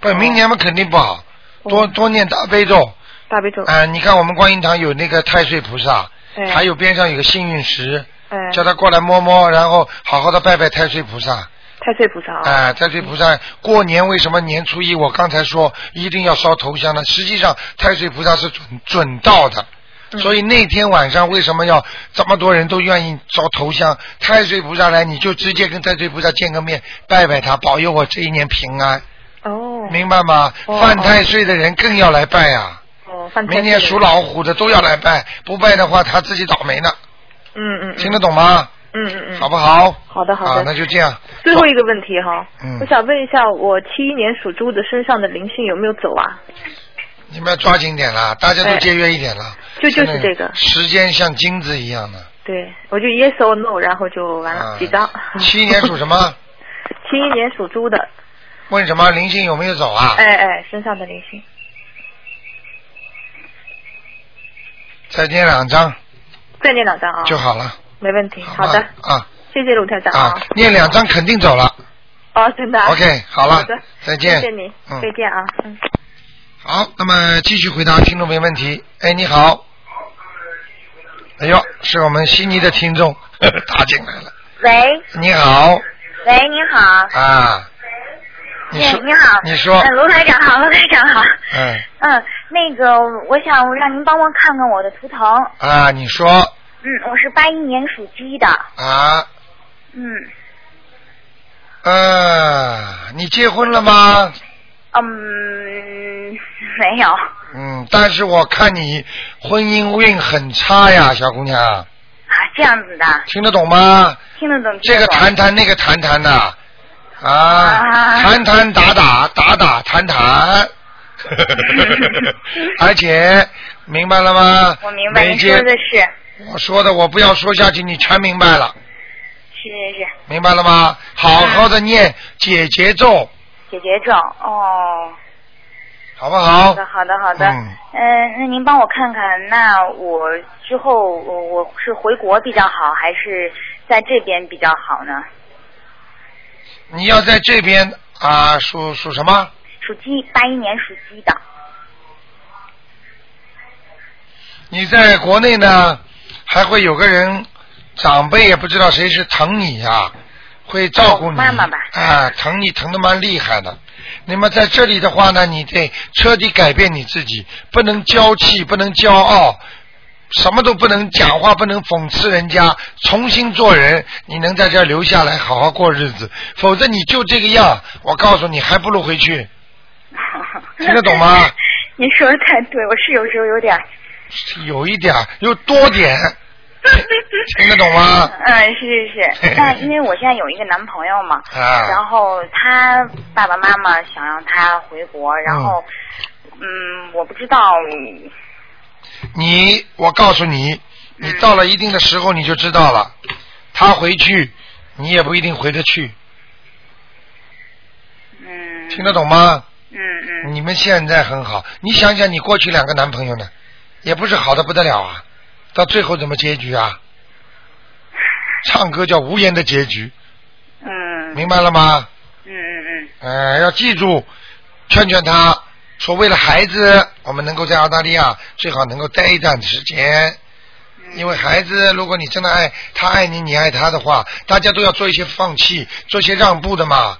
Speaker 1: 不，明年嘛肯定不好，多多念大悲咒，
Speaker 7: 大悲咒，
Speaker 1: 啊，你看我们观音堂有那个太岁菩萨，
Speaker 7: 哎，
Speaker 1: 还有边上有个幸运石，
Speaker 7: 哎，
Speaker 1: 叫他过来摸摸，然后好好的拜拜太岁菩萨。
Speaker 7: 太岁菩萨啊，
Speaker 1: 哎，太岁菩萨过年为什么年初一？我刚才说一定要烧头香呢？实际上太岁菩萨是准准到的，
Speaker 7: 嗯
Speaker 1: 所以那天晚上为什么要这么多人都愿意烧头香？太岁菩萨来，你就直接跟太岁菩萨见个面，拜拜他，保佑我这一年平安，
Speaker 7: 哦，
Speaker 1: 明白吗？
Speaker 7: 哦
Speaker 1: 犯太岁的人更要来拜啊呀、
Speaker 7: 哦，犯太岁
Speaker 1: 明年
Speaker 7: 了
Speaker 1: 属，老虎的都要来拜，不拜的话他自己倒霉呢，
Speaker 7: 嗯嗯，嗯
Speaker 1: 听得，懂吗？
Speaker 7: 嗯嗯嗯，
Speaker 1: 好不好？
Speaker 7: 好的好的
Speaker 1: 啊，那就这样。
Speaker 7: 最后一个问题哈，
Speaker 1: 嗯
Speaker 7: 我想问一下，我七一年属猪的身上的灵性有没有走啊？
Speaker 1: 你们要抓紧点啦，大家都
Speaker 7: 哎
Speaker 1: 节约一点啦。
Speaker 7: 就就
Speaker 1: 现
Speaker 7: 是
Speaker 1: 在
Speaker 7: 这个
Speaker 1: 时间像金子一样 的。
Speaker 7: 对，我就 yes or no，然后就完了，
Speaker 1: 啊
Speaker 7: 几张？
Speaker 1: 七一年属什？么？
Speaker 7: 七一年属猪的，
Speaker 1: 问什么？灵性有没有走啊？
Speaker 7: 哎哎，身上的灵性，
Speaker 1: 再念两张
Speaker 7: 再念两张啊，
Speaker 1: 就好了。
Speaker 7: 没问题。
Speaker 1: 吧
Speaker 7: 好的，
Speaker 1: 啊
Speaker 7: 谢谢卢台长
Speaker 1: 啊，念两张肯定走了。
Speaker 7: 哦，真的啊。
Speaker 1: OK，好了
Speaker 7: 好的，
Speaker 1: 再见。
Speaker 7: 谢谢你，
Speaker 1: 嗯
Speaker 7: 再，见啊，嗯。
Speaker 1: 好，那么继续回答听众朋友问题。哎，你好。哎呦，是我们悉尼的听众 打进来了。
Speaker 8: 喂
Speaker 1: 你好
Speaker 8: 喂，你好，
Speaker 1: 啊，你
Speaker 8: 哎
Speaker 1: 说
Speaker 8: 你好，
Speaker 1: 你说
Speaker 8: 嗯，卢台长好，卢台长好，
Speaker 1: 嗯
Speaker 8: 嗯，那个我想让您帮我看看我的图腾，
Speaker 1: 啊，你说
Speaker 8: 嗯，我是八一年属鸡的，
Speaker 1: 啊
Speaker 8: 嗯，
Speaker 1: 呃，你结婚了吗？
Speaker 8: 嗯，没有，啊
Speaker 1: 嗯，但是我看你婚姻运很差呀，小姑娘，
Speaker 8: 啊，这样子的，
Speaker 1: 听得懂吗？
Speaker 8: 听得懂，
Speaker 1: 这
Speaker 8: 听
Speaker 1: 个
Speaker 8: 得懂
Speaker 1: 谈谈，那个谈谈的，啊，
Speaker 8: 啊
Speaker 1: 谈谈打打，打打谈谈。 而且明白了吗？
Speaker 8: 我明白，
Speaker 1: 没
Speaker 8: 您
Speaker 1: 接
Speaker 8: 说的是，
Speaker 1: 我说的，我不要说下去，你全明白了，
Speaker 8: 是是是，
Speaker 1: 明白了吗？好好的念解节奏，
Speaker 8: 解决症，哦，
Speaker 1: 好不好
Speaker 8: 好的？好的好的，
Speaker 1: 嗯
Speaker 8: 嗯，那您帮我看看，那我之后我我是回国比较好，还是在这边比较好呢？
Speaker 1: 你要在这边啊，属属什么？
Speaker 8: 属鸡，八一年属鸡的。
Speaker 1: 你在国内呢，还会有个人长辈也不知道谁是疼你呀、会照顾你。
Speaker 8: 哦妈妈吧
Speaker 1: 啊，疼你疼的蛮厉害的。那么在这里的话呢，你得彻底改变你自己，不能娇气，不能骄傲，什么都不能讲话，不能讽刺人家，重新做人。你能在这儿留下来，好好过日子，否则你就这个样，我告诉你，还不如回去。听得懂吗？
Speaker 8: 您说的太对，我是有时候有点儿。
Speaker 1: 有一点儿，有多点， 听得懂吗？
Speaker 8: 嗯，是是是。 但因为我现在有一个男朋友嘛，
Speaker 1: 啊
Speaker 8: 然后他爸爸妈妈想让他回国，然后，嗯，我不知道，嗯
Speaker 1: 你，我告诉你，
Speaker 8: 嗯
Speaker 1: 你到了一定的时候你就知道了，他回去你也不一定回得去，
Speaker 8: 嗯，
Speaker 1: 听得懂吗？
Speaker 8: 嗯嗯，
Speaker 1: 你们现在很好，你想想你过去两个男朋友呢，也不是好的不得了啊，到最后怎么结局 啊？唱歌叫无言的结局，
Speaker 8: 嗯，
Speaker 1: 明白了吗？
Speaker 8: 嗯嗯
Speaker 1: 呃，要记住，劝劝他，说为了孩子，我们能够在澳大利亚最好能够待一段时间。因为孩子，如果你真的爱他爱你，你爱他的话，大家都要做一些放弃，做一些让步的嘛。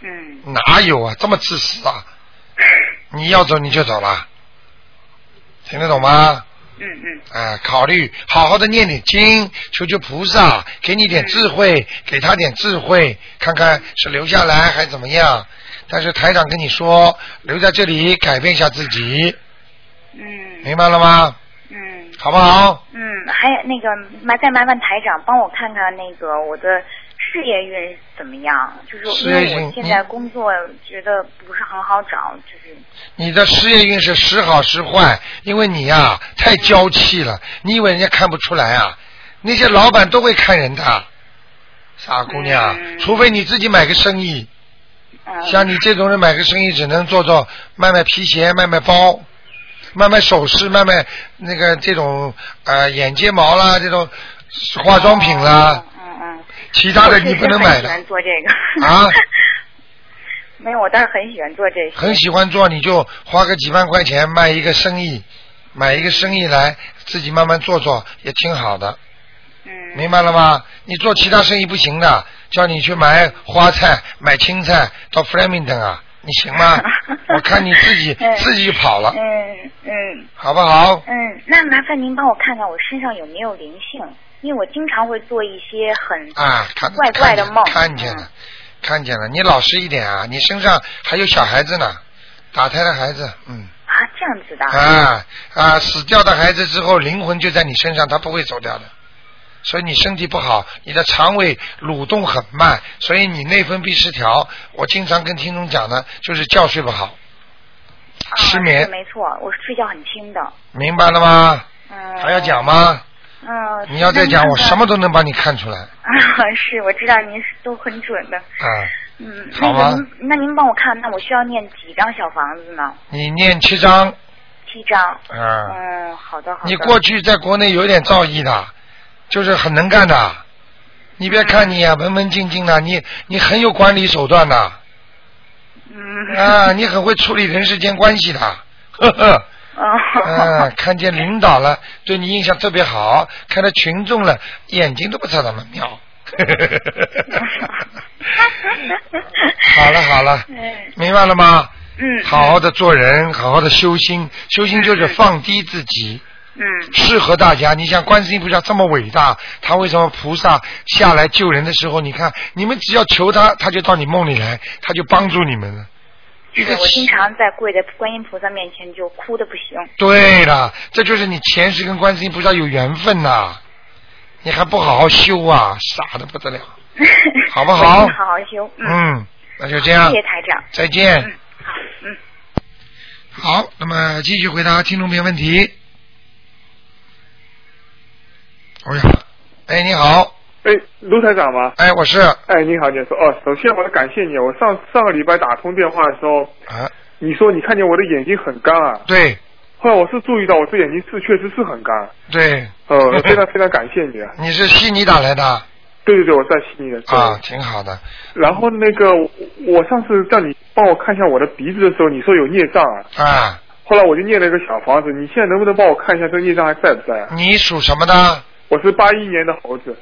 Speaker 8: 嗯嗯，
Speaker 1: 哪有啊，这么自私啊！你要走你就走了，听得懂吗？
Speaker 8: 嗯嗯，
Speaker 1: 啊、考虑好好的念点经，求求菩萨给你点智慧，给他点智慧，看看是留下来还怎么样。但是台长跟你说，留在这里改变一下自己。嗯。明白了吗？嗯。好不好？
Speaker 8: 嗯，还有那个麻再麻烦台长帮我看看那个我的事业运怎么样，就是
Speaker 1: 事
Speaker 8: 因
Speaker 1: 业
Speaker 8: 为我
Speaker 1: 运
Speaker 8: 现
Speaker 1: 嗯
Speaker 8: 在工作觉得不是很好找，就是
Speaker 1: 你的事业运是时好时坏，因为你呀、太娇气了，你以为人家看不出来啊？那些老板都会看人的，傻姑娘，
Speaker 8: 嗯
Speaker 1: 除非你自己买个生意。
Speaker 8: 啊
Speaker 1: 像你这种人买个生意，只能做做卖卖皮鞋、卖卖包、卖卖首饰、卖卖那个这种呃眼睫毛啦、这种化妆品
Speaker 8: 哦
Speaker 1: 啦。嗯嗯。其他的你不能买
Speaker 8: 我确实很喜
Speaker 1: 的
Speaker 8: 欢做这个
Speaker 1: 啊。
Speaker 8: 没有，我倒是很喜欢做这些。
Speaker 1: 很喜欢做，你就花个几万块钱卖一个生意，买一个生意来自己慢慢做做也挺好的。嗯。明白了吗？你做其他生意不行的，叫你去买花菜、买青菜到 Flemington 啊，你行 吗？我看你自己
Speaker 8: 嗯
Speaker 1: 自己就跑了，
Speaker 8: 嗯嗯
Speaker 1: 好不好？
Speaker 8: 嗯，那麻烦您帮我看看我身上有没有灵性，因为我经常会做一些很
Speaker 1: 啊，看
Speaker 8: 怪怪的梦嗯
Speaker 1: 看见了，看见了，你老实一点啊！你身上还有小孩子呢，打胎的孩子，嗯。
Speaker 8: 啊这样子的。
Speaker 1: 啊啊！死掉的孩子之后，灵魂就在你身上，他不会走掉的。所以你身体不好，你的肠胃蠕动很慢，所以你内分泌失调。我经常跟听众讲的，就是觉睡不好，失
Speaker 8: 啊是
Speaker 1: 眠，
Speaker 8: 没错，我睡觉很轻的。
Speaker 1: 明白了吗？还要讲吗？
Speaker 8: 嗯。
Speaker 1: 你要再讲，我什
Speaker 8: 么？
Speaker 1: 么都能帮你看出来
Speaker 8: 啊， 是我知道您是都很准的。
Speaker 1: 啊！
Speaker 8: 嗯，
Speaker 1: 好
Speaker 8: 那
Speaker 1: 吧
Speaker 8: 个您，那您帮我看，那我需要念几张小房子呢？
Speaker 1: 你念七章
Speaker 8: 七张。
Speaker 1: 啊！
Speaker 8: 嗯，好的好的。
Speaker 1: 你过去在国内有点造诣的，就是很能干的。你别看你啊，文文静静的，你你很有管理手段的。
Speaker 8: 嗯。
Speaker 1: 啊，你很会处理人世间关系的， 呵 呵。啊，看见领导了，对你印象特别好；看到群众了，眼睛都不朝他们瞄。 好了好了，明白了吗？
Speaker 8: 哎嗯。
Speaker 1: 好好的做人，好好的修心，修心就是放低自己。
Speaker 8: 嗯。
Speaker 1: 适合大家。你像观世音菩萨这么伟大，他为什么菩萨下来救人的时候，你看你们只要求他，他就到你梦里来，他就帮助你们了。
Speaker 8: 是我经常在跪在观音菩萨面前就哭的不行。
Speaker 1: 对了，这就是你前世跟观世音菩萨有缘分呐、你还不好好修啊，傻的不 得了，好不
Speaker 8: 我一
Speaker 1: 好
Speaker 8: 定？好好修。
Speaker 1: 嗯，那就这样
Speaker 8: 谢，谢台长。
Speaker 1: 再见。
Speaker 8: 嗯，好，嗯。
Speaker 1: 好，那么继续回答听众朋友问题。哎呀，哎，你好，
Speaker 9: 哎，卢台长吗？
Speaker 1: 哎，我是。
Speaker 9: 哎，你好，你说哦，首先我要感谢你，我上上个礼拜打通电话的时候，
Speaker 1: 啊，
Speaker 9: 你说你看见我的眼睛很干啊，
Speaker 1: 对
Speaker 9: 后来我是注意到我这眼睛是确实是很干，
Speaker 1: 对，
Speaker 9: 呃，非常非常感谢你啊。
Speaker 1: 你是悉尼打来的啊
Speaker 9: 对对对，我在悉尼的。对
Speaker 1: 啊，挺好的
Speaker 9: 然后那个，我我上次叫你帮我看一下我的鼻子的时候，你说有孽障啊。
Speaker 1: 啊。
Speaker 9: 后来我就念了一个小房子，你现在能不能帮我看一下这个孽障还在不在啊？
Speaker 1: 你属什么的？
Speaker 9: 我是八一年的猴子，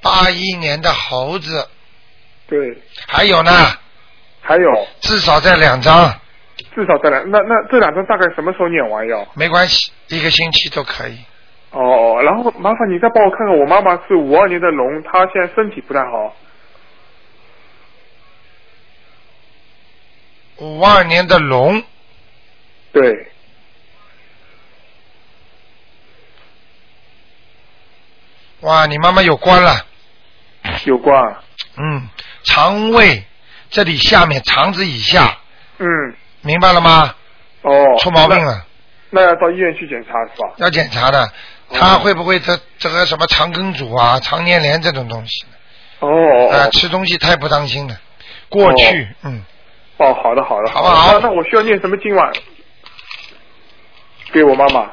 Speaker 1: 八一年的猴子，
Speaker 9: 对。
Speaker 1: 还有呢？
Speaker 9: 还有。
Speaker 1: 至少在两张，
Speaker 9: 至少这两那那这两张大概什么时候念完要？
Speaker 1: 没关系，一个星期都可以。
Speaker 9: 哦哦，然后麻烦你再帮我看看，我妈妈是五二年的龙，她现在身体不太好。
Speaker 1: 五二年的龙，
Speaker 9: 对，
Speaker 1: 哇，你妈妈有关了。
Speaker 9: 有关啊。
Speaker 1: 嗯，肠胃这里下面肠子以下，
Speaker 9: 嗯，
Speaker 1: 明白了吗？
Speaker 9: 哦，
Speaker 1: 嗯出毛病了，
Speaker 9: 那要到医院去检查是吧？
Speaker 1: 要检查的。
Speaker 9: 嗯
Speaker 1: 他会不会得这个什么肠梗阻啊、肠粘连这种东西呢？
Speaker 9: 哦哦
Speaker 1: 啊，吃东西太不当心了。过去，嗯，
Speaker 9: 哦，好的好的，好
Speaker 1: 不好
Speaker 9: 那那我需要念什么经晚给我妈妈？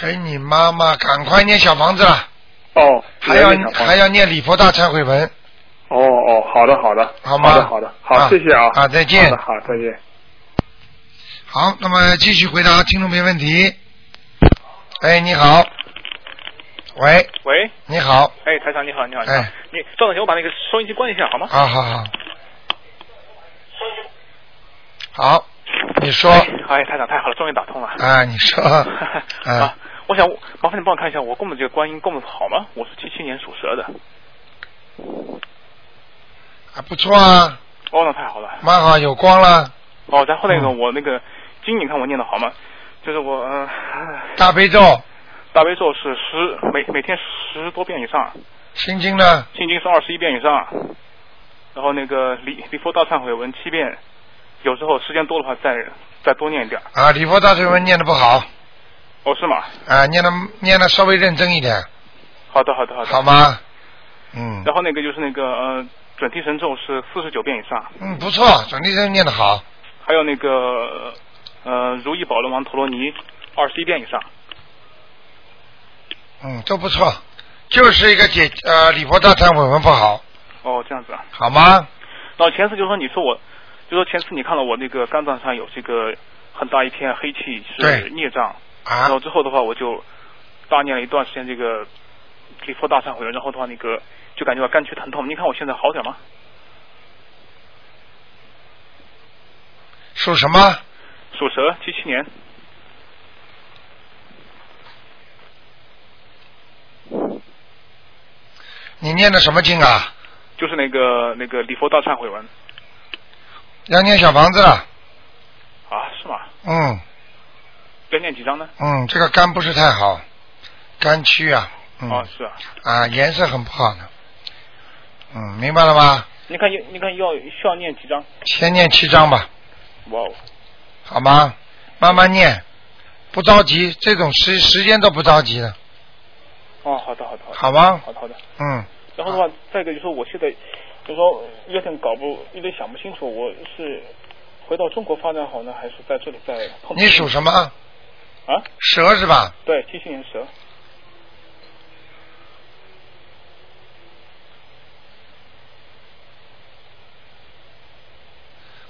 Speaker 1: 给你妈妈赶快念小房子了。
Speaker 9: 哦，
Speaker 1: 还要
Speaker 9: 我念小房子
Speaker 1: 还要念礼佛大忏悔文。
Speaker 9: 哦哦，好的好的，
Speaker 1: 好吗
Speaker 9: 好的好的，好，
Speaker 1: 啊
Speaker 9: 谢谢啊。
Speaker 1: 啊再见
Speaker 9: 好的好，再见。
Speaker 1: 好，那么继续回答听众没问题。哎，你好，喂，
Speaker 10: 喂，
Speaker 1: 你好，
Speaker 10: 哎，台长你好，你好，你好，
Speaker 1: 哎
Speaker 10: 你稍等一下，我把那个收音机关一下好吗？
Speaker 1: 啊，好好，好，你说
Speaker 10: 哎，台长太好了，终于打通了。
Speaker 1: 啊，你 说，啊，
Speaker 10: 我想麻烦你帮我看一下，我供的这个观音供的好吗？我是七七年属蛇的。
Speaker 1: 啊不错啊，
Speaker 10: 哦，那太好了。
Speaker 1: 蛮好，有光了，
Speaker 10: 哦，然后那个、
Speaker 1: 嗯
Speaker 10: 我那个经你看我念的好吗？就是我、呃、
Speaker 1: 大悲咒，
Speaker 10: 大悲咒是十每每天十多遍以上，
Speaker 1: 心经呢，
Speaker 10: 心经是二十一遍以上，然后那个离离佛大忏悔文七遍，有时候时间多的话再再多念一点。
Speaker 1: 啊，礼佛大忏文念的不好，
Speaker 10: 哦，是吗？
Speaker 1: 啊，念的念的稍微认真一点，
Speaker 10: 好的，好的，好的。
Speaker 1: 好吗？嗯
Speaker 10: 然后那个就是那个呃准提神咒是四十九遍以上，
Speaker 1: 嗯，不错，转地真念的好，
Speaker 10: 还有那个呃如意宝轮王陀罗尼二十一遍以上。
Speaker 1: 嗯，都不错，就是一个解呃礼佛大忏悔文不好，
Speaker 10: 哦，这样子啊。
Speaker 1: 好吗？
Speaker 10: 然后前次就说你说我，就说前次你看到我那个肝脏上有这个很大一片黑气是
Speaker 1: 对
Speaker 10: 孽障，
Speaker 1: 啊
Speaker 10: 然后之后的话我就大念了一段时间这个礼佛大忏悔文，然后的话那个就感觉到肝区疼痛。你看我现在好点吗？
Speaker 1: 属什么？
Speaker 10: 属蛇，七七年。
Speaker 1: 你念的什么经啊？
Speaker 10: 就是那个那个礼佛大忏悔文
Speaker 1: 要念小房子了，
Speaker 10: 啊，是吗？
Speaker 1: 嗯
Speaker 10: 要念几张呢？
Speaker 1: 嗯，这个肝不是太好，肝区啊，嗯
Speaker 10: 啊，是啊。
Speaker 1: 啊颜色很不好的，嗯，明白了吗？
Speaker 10: 你看，你看要需要念几张？
Speaker 1: 先念七章吧，
Speaker 10: 哇哦，
Speaker 1: 好吗？慢慢念，不着急，这种时时间都不着急的，
Speaker 10: 哦，好的，好的，好的
Speaker 1: 好吗
Speaker 10: 好的，好的。
Speaker 1: 嗯，
Speaker 10: 然后的话，再一个就是我现在，就说有点搞不，有点想不清楚，我是回到中国发展好呢，还是在这里再碰？
Speaker 1: 你属什么？
Speaker 10: 啊？
Speaker 1: 蛇是吧？
Speaker 10: 对，七七年蛇。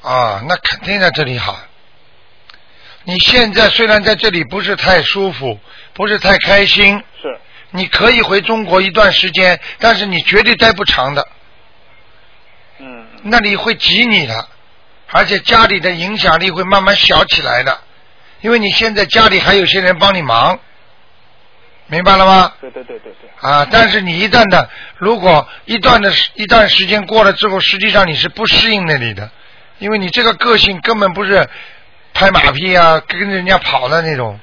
Speaker 1: 啊，那肯定在这里好。你现在虽然在这里不是太舒服，不是太开心，
Speaker 10: 是，
Speaker 1: 你可以回中国一段时间，但是你绝对待不长的，
Speaker 10: 嗯，
Speaker 1: 那里会挤你的，而且家里的影响力会慢慢小起来的，因为你现在家里还有些人帮你忙，明白了吗？
Speaker 10: 对对对对对，
Speaker 1: 啊，但是你一旦的，如果一段的时一段时间过了之后，实际上你是不适应那里的，因为你这个个性根本不是拍马屁啊，跟人家跑的那种。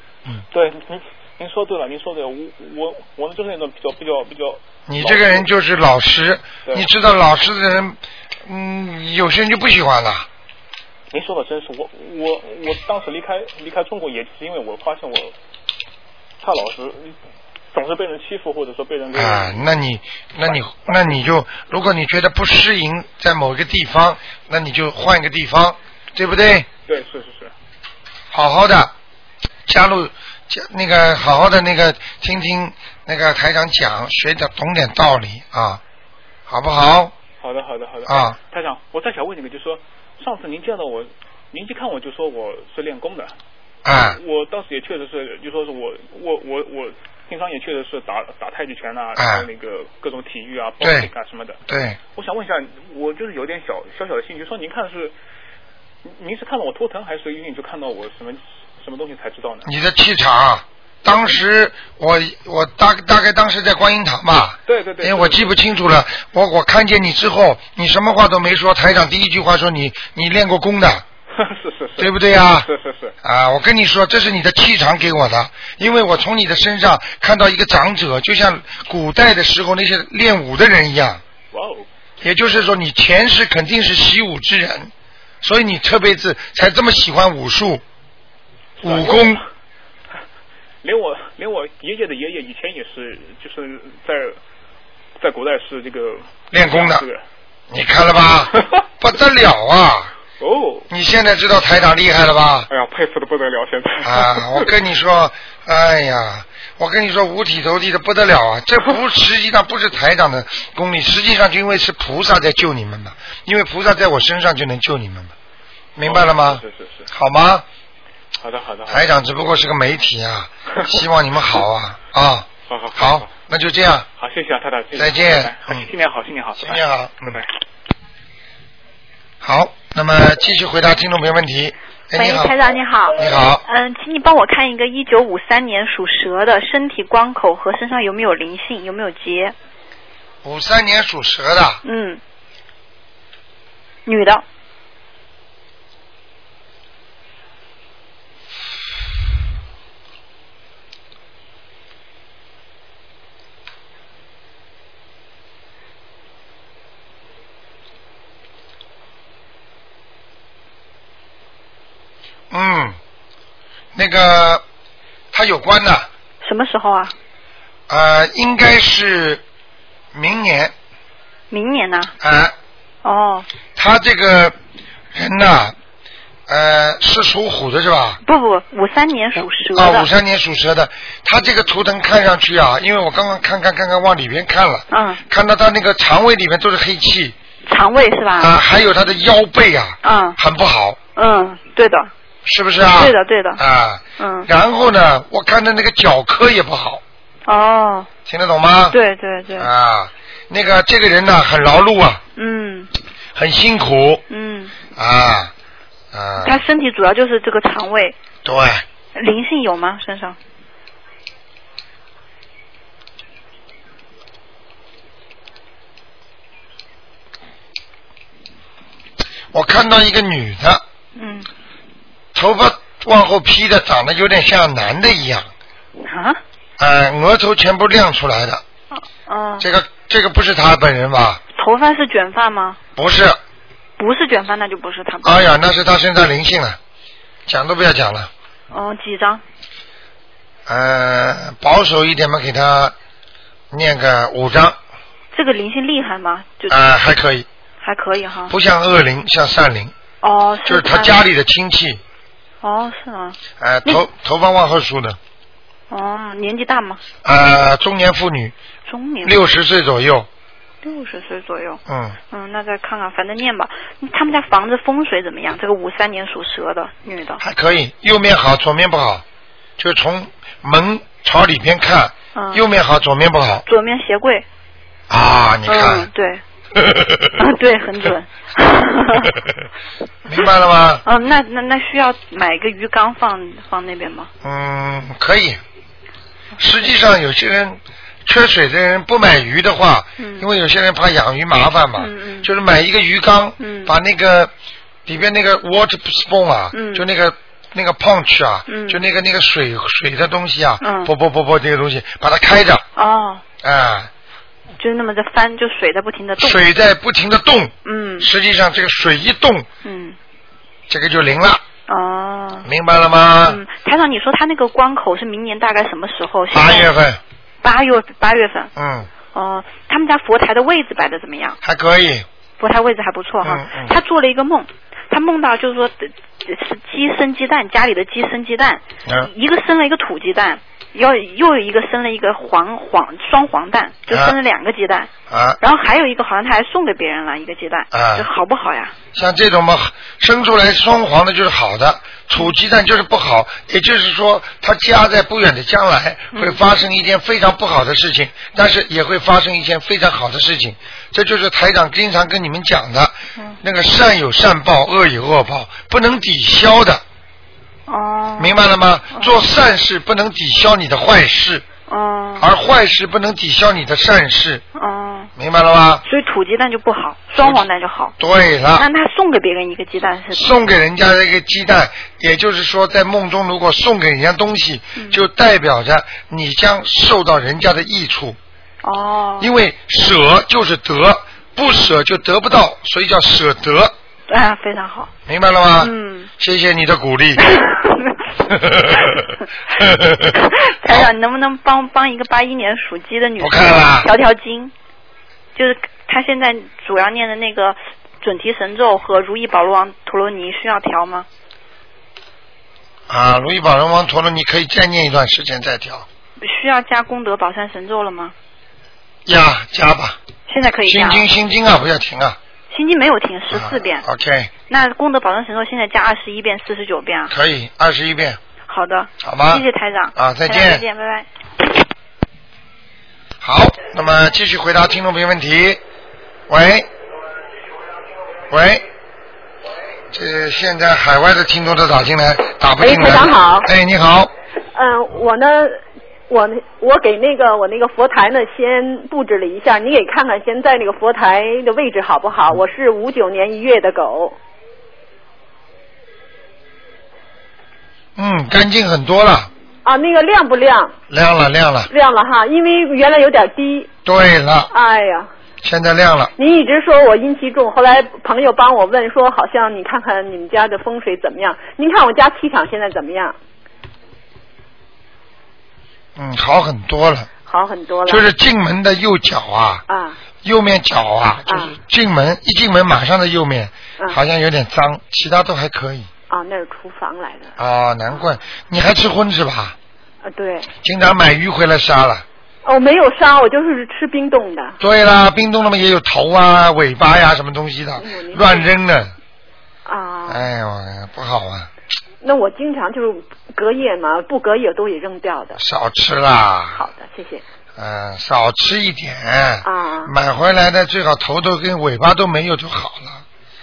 Speaker 10: 对，您您说对了，您说对了，我我我呢就是那种比较比较比较，
Speaker 1: 你这个人就是老实，
Speaker 10: 对
Speaker 1: 你知道老实的人，嗯，有些人就不喜欢了。
Speaker 10: 您说的真是，我我我当时离开离开中国，也是因为我发现我太老实，总是被人欺负，或者说被人给
Speaker 1: 啊，那你，那你，那你就，如果你觉得不适应在某一个地方，那你就换一个地方，对不对？
Speaker 10: 对，是是是，
Speaker 1: 好好的加入加那个好好的那个听听那个台长讲，学点懂点道理啊，好不好？
Speaker 10: 好的，好的，好的。
Speaker 1: 啊，
Speaker 10: 台长，我再想问你们，就说上次您见到我，您一看我就说我是练功的。
Speaker 1: 啊。
Speaker 10: 我当时也确实是，就说是我我我我平常也确实是打打太极拳啊，
Speaker 1: 啊
Speaker 10: 然后那个各种体育啊、包
Speaker 1: 对
Speaker 10: 体啊什么的。
Speaker 1: 对，
Speaker 10: 我想问一下，我就是有点小小小的兴趣，说您看是您您是看到我图腾，还是因为你就看到我什么什么东西才知道呢？
Speaker 1: 你的气场，啊当时我我大大概当时在观音堂吧。
Speaker 10: 对对对
Speaker 1: 因为我记不清楚了，我我看见你之后，你什么话都没说，台长第一句话说你你练过功的。
Speaker 10: 是是是，
Speaker 1: 对不对呀
Speaker 10: 是是是，
Speaker 1: 啊，我跟你说，这是你的气场给我的，因为我从你的身上看到一个长者，就像古代的时候那些练武的人一样。
Speaker 10: 哇哦，
Speaker 1: 也就是说，你前世肯定是习武之人，所以你这辈子才这么喜欢武术、武功。
Speaker 10: 连我连我爷爷的爷爷以前也是，就是在在国外是这个
Speaker 1: 练功的
Speaker 10: 这个
Speaker 1: 你看了 吧，不得了啊！
Speaker 10: 哦，
Speaker 1: 你现在知道台长厉害了吧？
Speaker 10: 哎呀，佩服的不得了，现在
Speaker 1: 啊，我跟你说，哎呀，我跟你说，五体投地的不得了啊！这不实际上不是台长的功力，实际上就因为是菩萨在救你们嘛，因为菩萨在我身上就能救你们嘛，明白了吗？
Speaker 10: 哦是是是，
Speaker 1: 好吗？
Speaker 10: 好的好的，好的
Speaker 1: 台长只不过是个媒体啊，希望你们好啊啊！
Speaker 10: 好好
Speaker 1: 好，那就这样。
Speaker 10: 好，谢谢啊，太太，谢谢
Speaker 1: 再见
Speaker 10: 拜拜
Speaker 1: 嗯
Speaker 10: 新年好，新年好，
Speaker 1: 新年好，嗯
Speaker 10: 拜拜。
Speaker 1: 好，那么继续回答听众朋友问题。哎，
Speaker 11: 喂
Speaker 1: 你，好，
Speaker 11: 台长你好。
Speaker 1: 你好。
Speaker 11: 嗯，请你帮我看一个一九五三年属蛇的，身体光口和身上有没有灵性，有没有结？
Speaker 1: 五三年属蛇的，
Speaker 11: 嗯，女的。
Speaker 1: 嗯，那个他有关的，
Speaker 11: 什么时候啊？
Speaker 1: 呃，应该是明年
Speaker 11: 明年呢？
Speaker 1: 啊、
Speaker 11: 哦，
Speaker 1: 他这个人呐、呃，是属虎的是吧？
Speaker 11: 不不，五三年属蛇的。
Speaker 1: 啊，五三年属蛇的，他这个图腾看上去啊，因为我刚刚看看看看往里边看了，
Speaker 11: 嗯，
Speaker 1: 看到他那个肠胃里面都是黑气
Speaker 11: 肠胃是吧？
Speaker 1: 啊、还有他的腰背啊，
Speaker 11: 嗯
Speaker 1: 很不好，
Speaker 11: 嗯，对的。
Speaker 1: 是不是啊？
Speaker 11: 对的对的。
Speaker 1: 啊、
Speaker 11: 嗯。
Speaker 1: 然后呢，我看他那个脚科也不好，
Speaker 11: 哦。
Speaker 1: 听得懂吗？
Speaker 11: 对对对。
Speaker 1: 啊，那个这个人呢、很劳碌啊，
Speaker 11: 嗯
Speaker 1: 很辛苦
Speaker 11: 嗯，
Speaker 1: 啊啊，
Speaker 11: 她身体主要就是这个肠胃，
Speaker 1: 对，
Speaker 11: 灵性有吗？身上？
Speaker 1: 我看到一个女的，
Speaker 11: 嗯
Speaker 1: 头发往后披的，长得有点像男的一样，
Speaker 11: 啊
Speaker 1: 呃，额头全部亮出来的，
Speaker 11: 哦。
Speaker 1: 这个这个不是他本人吧？
Speaker 11: 头发是卷发吗？
Speaker 1: 不是，
Speaker 11: 不是卷发，那就不是她。
Speaker 1: 哎呀，那是他身上灵性了，讲都不要讲了，
Speaker 11: 哦，几张？
Speaker 1: 呃，保守一点嘛，给他念个五章，啊、
Speaker 11: 这个灵性厉害吗？就
Speaker 1: 还可以，
Speaker 11: 还可以哈。
Speaker 1: 啊不像恶灵，像善灵，
Speaker 11: 哦，
Speaker 1: 就是
Speaker 11: 他
Speaker 1: 他家里的亲戚，
Speaker 11: 哦，是吗？
Speaker 1: 呃，头头发往后梳的，
Speaker 11: 哦，年纪大吗？
Speaker 1: 呃，中年妇女，
Speaker 11: 中年。
Speaker 1: 六十岁左右，
Speaker 11: 六十岁左右。
Speaker 1: 嗯，
Speaker 11: 嗯，那再看看，反正念吧。他们家房子风水怎么样？这个五三年属蛇的女的。
Speaker 1: 还可以，右面好，左面不好，就是从门朝里边看，
Speaker 11: 嗯。
Speaker 1: 右面好，左面不好
Speaker 11: 左面鞋柜。
Speaker 1: 啊！你
Speaker 11: 嗯
Speaker 1: 看，，
Speaker 11: 对。 啊，对， 很准。
Speaker 1: 明白了吗？
Speaker 11: 嗯，那那那需要买一个鱼缸放放那边吗？
Speaker 1: 嗯，可以。实际上，有些人缺水的人不买鱼的话，
Speaker 11: 嗯
Speaker 1: 因为有些人怕养鱼麻烦嘛，就是买一个鱼缸，
Speaker 11: 嗯
Speaker 1: 把那个里边那个 water spoon 啊，
Speaker 11: 嗯
Speaker 1: 就那个。那个 punch 啊，就那个那个水水的东西啊，
Speaker 11: 嗯
Speaker 1: 不不不不，这个东西把它开着，
Speaker 11: 哦，
Speaker 1: 啊、
Speaker 11: 就是那么的翻，就水在不停的动。
Speaker 1: 水在不停的动，
Speaker 11: 嗯
Speaker 1: 实际上这个水一动，
Speaker 11: 嗯
Speaker 1: 这个就灵了，
Speaker 11: 哦。
Speaker 1: 明白了吗？
Speaker 11: 嗯，台长，你说他那个关口是明年大概什么时候？
Speaker 1: 八月。份，
Speaker 11: 嗯八月八月份。
Speaker 1: 嗯，
Speaker 11: 哦，他们家佛台的位置摆的怎么样？
Speaker 1: 还可以，
Speaker 11: 佛台位置还不错哈。
Speaker 1: 嗯嗯
Speaker 11: 他做了一个梦，他梦到就是说呃是鸡生鸡蛋，家里的鸡生鸡蛋，
Speaker 1: 嗯，
Speaker 11: 一个生了一个土鸡蛋，要又有一个生了一个黄黄双黄蛋，就生了两个鸡蛋。
Speaker 1: 啊，
Speaker 11: 然后还有一个好像他还送给别人了一个鸡蛋，
Speaker 1: 啊
Speaker 11: 这好不好呀？
Speaker 1: 像这种嘛，生出来双黄的就是好的，土鸡蛋就是不好。也就是说，它家在不远的将来
Speaker 11: 嗯
Speaker 1: 会发生一件非常不好的事情，但是也会发生一件非常好的事情。这就是台长经常跟你们讲的，
Speaker 11: 嗯
Speaker 1: 那个善有善报，恶有恶报，不能抵消的。
Speaker 11: 哦。
Speaker 1: 明白了吗？做善事不能抵消你的坏事，
Speaker 11: 哦
Speaker 1: 而坏事不能抵消你的善事，
Speaker 11: 哦，
Speaker 1: 明白了吗？
Speaker 11: 所以土鸡蛋就不好，双黄蛋就好。
Speaker 1: 对了。
Speaker 11: 那他送给别人一个鸡蛋是？
Speaker 1: 送给人家的一个鸡蛋，也就是说，在梦中如果送给人家东西，
Speaker 11: 嗯
Speaker 1: 就代表着你将受到人家的益处，
Speaker 11: 哦，
Speaker 1: 因为舍就是得，不舍就得不到，所以叫舍得，
Speaker 11: 啊，非常好。
Speaker 1: 明白了吗？
Speaker 11: 嗯，
Speaker 1: 谢谢你的鼓 励。
Speaker 11: 台长，你能不能帮帮一个八一年属鸡的女生
Speaker 1: 我看啊了
Speaker 11: 调调经？就是她现在主要念的那个准提神咒和如意宝罗王陀罗尼需要调吗？
Speaker 1: 啊，如意宝人王陀罗，你可以再念一段时间再调
Speaker 11: 需要加功德宝山神咒了吗？
Speaker 1: 呀，加吧。
Speaker 11: 现在可以
Speaker 1: 心
Speaker 11: 加。
Speaker 1: 经，心经啊，不要停啊。
Speaker 11: 心经没有停，十四遍。
Speaker 1: OK，
Speaker 11: 那功德宝山神咒现在加二十一遍，四十九遍啊。
Speaker 1: 可以，二十一遍，
Speaker 11: 好的。
Speaker 1: 好吗？
Speaker 11: 谢谢台长。
Speaker 1: 啊再
Speaker 11: 台长
Speaker 1: 见
Speaker 11: 再见，拜拜。
Speaker 1: 好，那么继续回答听众朋友问题。喂，喂，这现在海外的听众都打进来，打不进来。
Speaker 12: 哎台长好
Speaker 1: 哎，你好，
Speaker 12: 嗯、我呢，我我给那个我那个佛台呢先布置了一下，你给看看现在那个佛台的位置好不好？我是五九年一月的狗，
Speaker 1: 嗯，干净很多了，
Speaker 12: 啊，那个亮不亮？
Speaker 1: 亮了亮了。
Speaker 12: 亮了哈，因为原来有点低。
Speaker 1: 对了，
Speaker 12: 哎呀，
Speaker 1: 现在亮了。
Speaker 12: 您一直说我阴气重，后来朋友帮我问说，好像你看看你们家的风水怎么样？您看我家气场现在怎么样？
Speaker 1: 嗯，好很多了。
Speaker 12: 好很多了。
Speaker 1: 就是进门的右脚啊，
Speaker 12: 啊
Speaker 1: 右面脚啊，就是进门一进门马上的右面
Speaker 12: 嗯
Speaker 1: 好像有点脏，其他都还可以。
Speaker 12: 啊，那是厨房来的
Speaker 1: 啊，难怪你还吃荤是吧？
Speaker 12: 啊，对。
Speaker 1: 经常买鱼回来杀了。
Speaker 12: 哦，没有杀，我就是吃冰冻的。
Speaker 1: 对啦，冰冻那么也有头啊、尾巴呀、什么东西的，
Speaker 12: 嗯
Speaker 1: 乱扔的。
Speaker 12: 啊，
Speaker 1: 哎呦，不好啊，
Speaker 12: 那我经常就是隔夜嘛，不隔夜都得扔掉的。
Speaker 1: 少吃啦，
Speaker 12: 好的，谢谢。
Speaker 1: 嗯，少吃一点。
Speaker 12: 啊
Speaker 1: 买回来的最好头都跟尾巴都没有就好了。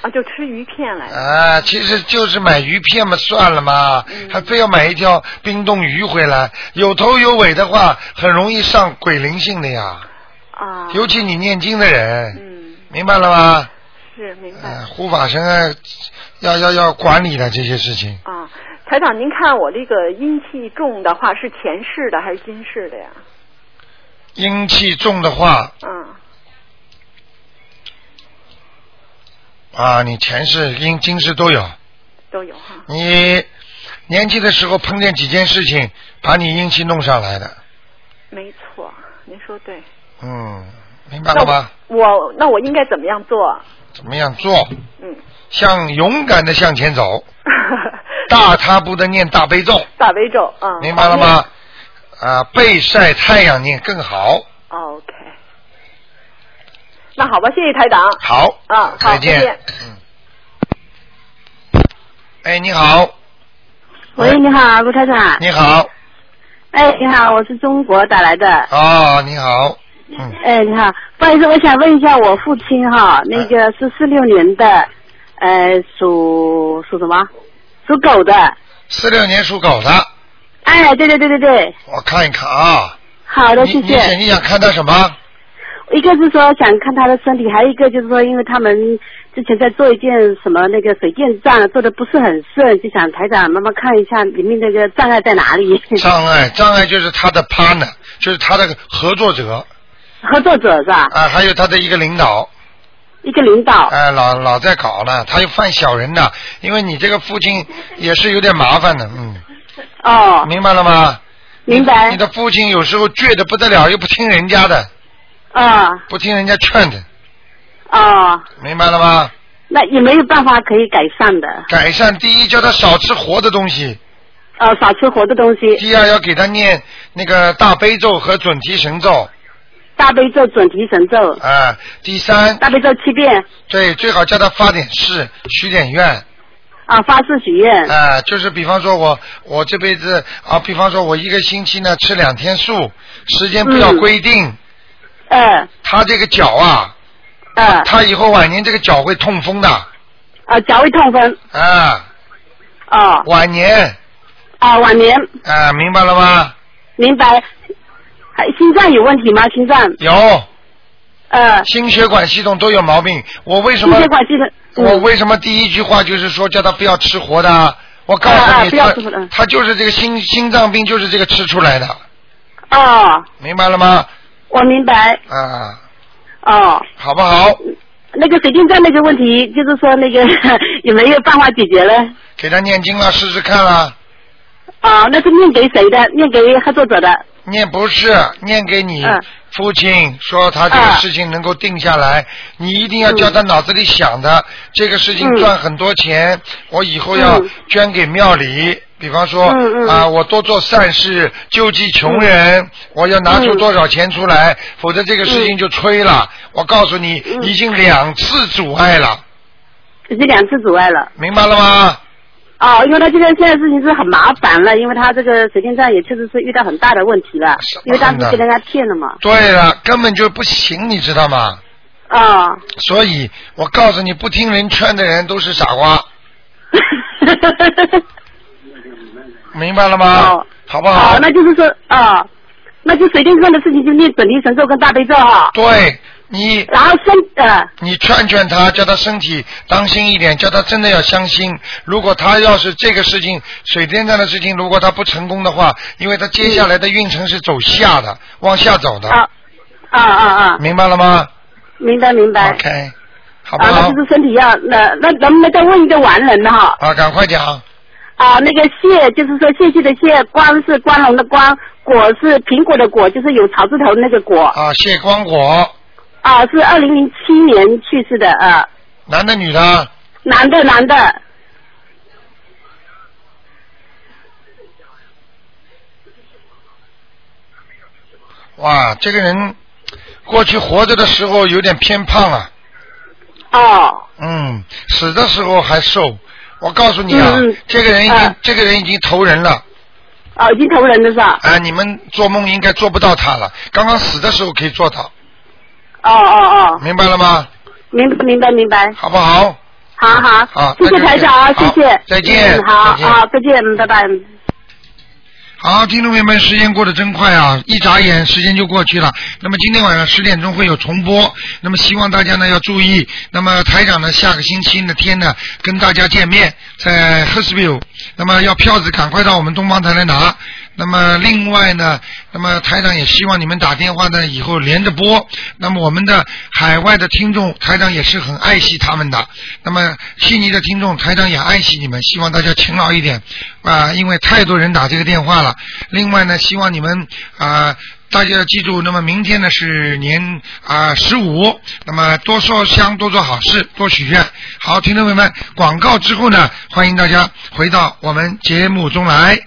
Speaker 12: 啊，就吃鱼片来的。
Speaker 1: 啊，其实就是买鱼片嘛，算了嘛，
Speaker 12: 嗯
Speaker 1: 还非要买一条冰冻鱼回来，有头有尾的话，很容易上鬼灵性的呀。
Speaker 12: 啊。
Speaker 1: 尤其你念经的人。嗯。明白了吗？
Speaker 12: 是明白。
Speaker 1: 呃护法神啊，要要要管理的这些事情。
Speaker 12: 啊，台长，您看我这个阴气重的话，是前世的还是今世的呀？
Speaker 1: 阴气重的话
Speaker 12: 嗯，
Speaker 1: 啊，你前世、阴、今世都有。
Speaker 12: 都有哈。
Speaker 1: 你年轻的时候碰见几件事情，把你阴气弄上来的，
Speaker 12: 没错，您说对。
Speaker 1: 嗯，明白了吗？
Speaker 12: 我那我应该怎么样做？
Speaker 1: 怎么样做？
Speaker 12: 嗯，
Speaker 1: 向勇敢的向前 走，大踏步的念大悲咒，
Speaker 12: 大悲咒啊。
Speaker 1: 明白了吗？
Speaker 13: 嗯
Speaker 1: 啊，被晒太阳念更好。
Speaker 12: ？OK。那好吧，谢谢台长。
Speaker 1: 好，
Speaker 12: 啊，好，
Speaker 1: 再见
Speaker 12: 见。
Speaker 1: 哎，你好，
Speaker 13: 喂，你好，卢台长。
Speaker 1: 哎你好，
Speaker 13: 哎，你好，我是中国打来的。
Speaker 1: 哦，你好，嗯
Speaker 13: 哎，你好，不好意思，我想问一下我父亲哈，那个是四六年的，呃，属属什么？属狗的。
Speaker 1: 四六年属狗的，
Speaker 13: 哎，对对对对对，
Speaker 1: 我看一看啊。
Speaker 13: 好的，
Speaker 1: 你
Speaker 13: 谢
Speaker 1: 你想你
Speaker 13: 谢。
Speaker 1: 想看到什么？
Speaker 13: 一个是说想看他的身体，还有一个就是说，因为他们之前在做一件什么那个水电站，做的不是很顺，就想台长慢慢看一下里面那个障碍在哪里。
Speaker 1: 障碍，障碍就是他的 partner，就是他的合作者
Speaker 13: 合作者是吧？
Speaker 1: 啊，还有他的一个领导。
Speaker 13: 一个领导。
Speaker 1: 哎，老老在搞呢，他又犯小人呢，因为你这个父亲也是有点麻烦的，嗯。
Speaker 13: 哦。
Speaker 1: 明白了吗？
Speaker 13: 明白
Speaker 1: 你。你的父亲有时候倔得不得了，又不听人家的，
Speaker 13: 啊
Speaker 1: 不听人家劝的，
Speaker 13: 哦，
Speaker 1: 明白了吗？
Speaker 13: 那也没有办法可以改善的。
Speaker 1: 改善第一，叫他少吃活的东西；
Speaker 13: 呃，少吃活的东西。
Speaker 1: 第二，要给他念那个大悲咒和准提神咒。
Speaker 13: 大悲咒、准提神咒。
Speaker 1: 啊，第三。
Speaker 13: 大悲咒七遍。
Speaker 1: 对，最好叫他发点誓，许点愿。
Speaker 13: 啊，发誓许愿。
Speaker 1: 啊、就是比方说我我这辈子啊，比方说我一个星期呢吃两天素，时间不要
Speaker 13: 嗯
Speaker 1: 规定。
Speaker 13: 嗯。
Speaker 1: 他这个脚啊。
Speaker 13: 嗯。
Speaker 1: 他以后晚年这个脚会痛风的。
Speaker 13: 啊，脚会痛风。
Speaker 1: 啊。
Speaker 13: 哦。
Speaker 1: 晚年。
Speaker 13: 啊，晚年。
Speaker 1: 啊，明白了吗？
Speaker 13: 明白。还心脏有问题吗？心脏？
Speaker 1: 有。
Speaker 13: 呃。
Speaker 1: 心血管系统都有毛病，我为什么？
Speaker 13: 心血管系统嗯
Speaker 1: 我为什么第一句话就是说叫他不要吃活的啊？我告诉你，
Speaker 13: 啊啊不要
Speaker 1: 他
Speaker 13: 吃活的嗯
Speaker 1: 他就是这个心心脏病，就是这个吃出来的，
Speaker 13: 哦，
Speaker 1: 明白了吗？
Speaker 13: 我明白。
Speaker 1: 啊，
Speaker 13: 哦。
Speaker 1: 好不好？
Speaker 13: 那个水电站那个问题，就是说那个 有没有办法解决呢？
Speaker 1: 给他念经了，试试看啦。
Speaker 13: 哦，那是念给谁的？念给合作者的。
Speaker 1: 念不是念给你
Speaker 13: 嗯
Speaker 1: 父亲，说他这个事情能够定下来，你一定要叫他脑子里想的，这个事情
Speaker 13: 嗯
Speaker 1: 赚很多钱，我以后要
Speaker 13: 嗯
Speaker 1: 捐给庙里。比方说啊、
Speaker 13: 嗯嗯嗯
Speaker 1: 我多做善事，救济穷人，我要拿出多少钱出来，否则这个事情就吹了。我告诉你，
Speaker 13: 嗯
Speaker 1: 已经两次阻碍了，
Speaker 13: 已经两次阻碍了。
Speaker 1: 明白了吗？
Speaker 13: 哦，因为他现在现在事情是很麻烦了，因为他这个水电站也确实是遇到很大的问题了，因为当时被人家骗了嘛。
Speaker 1: 对了，根本就不行，你知道吗？
Speaker 13: 啊、
Speaker 1: 所以我告诉你，不听人劝的人都是傻瓜。 明白了吗？好不好？
Speaker 13: 哦，那就是说，啊、那就水电站的事情就念准提神咒跟大悲咒哈、
Speaker 1: 对你，
Speaker 13: 然后身呃，
Speaker 1: 你劝劝他，叫他身体当心一点，叫他真的要相信。如果他要是这个事情水电站的事情，如果他不成功的话，因为他接下来的运程是走下
Speaker 13: 嗯
Speaker 1: 的，往下走的。
Speaker 13: 啊啊啊啊，
Speaker 1: 明白了吗
Speaker 13: 明白明白。
Speaker 1: ？OK，好不
Speaker 13: 啊，那
Speaker 1: 好？
Speaker 13: 就是身体要那那能不能再问一个完人呢哈？
Speaker 1: 啊，赶快讲。
Speaker 13: 啊，那个谢就是说谢谢的谢，光是光荣的光，果是苹果的果，就是有草字头的那个果。
Speaker 1: 啊，谢光果，
Speaker 13: 啊，是二零零七年去世的啊，
Speaker 1: 男的女的？
Speaker 13: 男的男的，
Speaker 1: 哇，这个人过去活着的时候有点偏胖啊。
Speaker 13: 哦。
Speaker 1: 嗯，死的时候还瘦。我告诉你啊，
Speaker 13: 嗯嗯
Speaker 1: 这个人已经、
Speaker 13: 啊
Speaker 1: 这个人已经投人了。
Speaker 13: 哦，已经投人了是吧？
Speaker 1: 啊，你们做梦应该做不到他了。刚刚死的时候可以做到，
Speaker 13: 哦哦哦，
Speaker 1: 明白了吗？
Speaker 13: 明明白明白，
Speaker 1: 好不好？
Speaker 13: 好好，
Speaker 1: 好
Speaker 13: 谢谢
Speaker 1: 那就
Speaker 13: 台长啊，谢
Speaker 1: 好
Speaker 13: 谢，
Speaker 1: 再见
Speaker 13: 嗯好
Speaker 1: 再见
Speaker 13: 好，再见，嗯拜拜。嗯
Speaker 1: 好，听众朋友们，时间过得真快啊，一眨眼时间就过去了。那么今天晚上十点钟会有重播，那么希望大家呢要注意。那么台长呢下个星期的天呢跟大家见面，在 h e r s v i l l e 那么要票子赶快到我们东方台来拿。那么另外呢，那么台长也希望你们打电话呢以后连着播。那么我们的海外的听众，台长也是很爱惜他们的。那么悉尼的听众，台长也爱惜你们，希望大家勤劳一点啊、因为太多人打这个电话了。另外呢，希望你们啊。大家要记住，那么明天呢是年啊十五，那么多烧香，多做好事，多许愿。好，听众朋友们，广告之后呢，欢迎大家回到我们节目中来。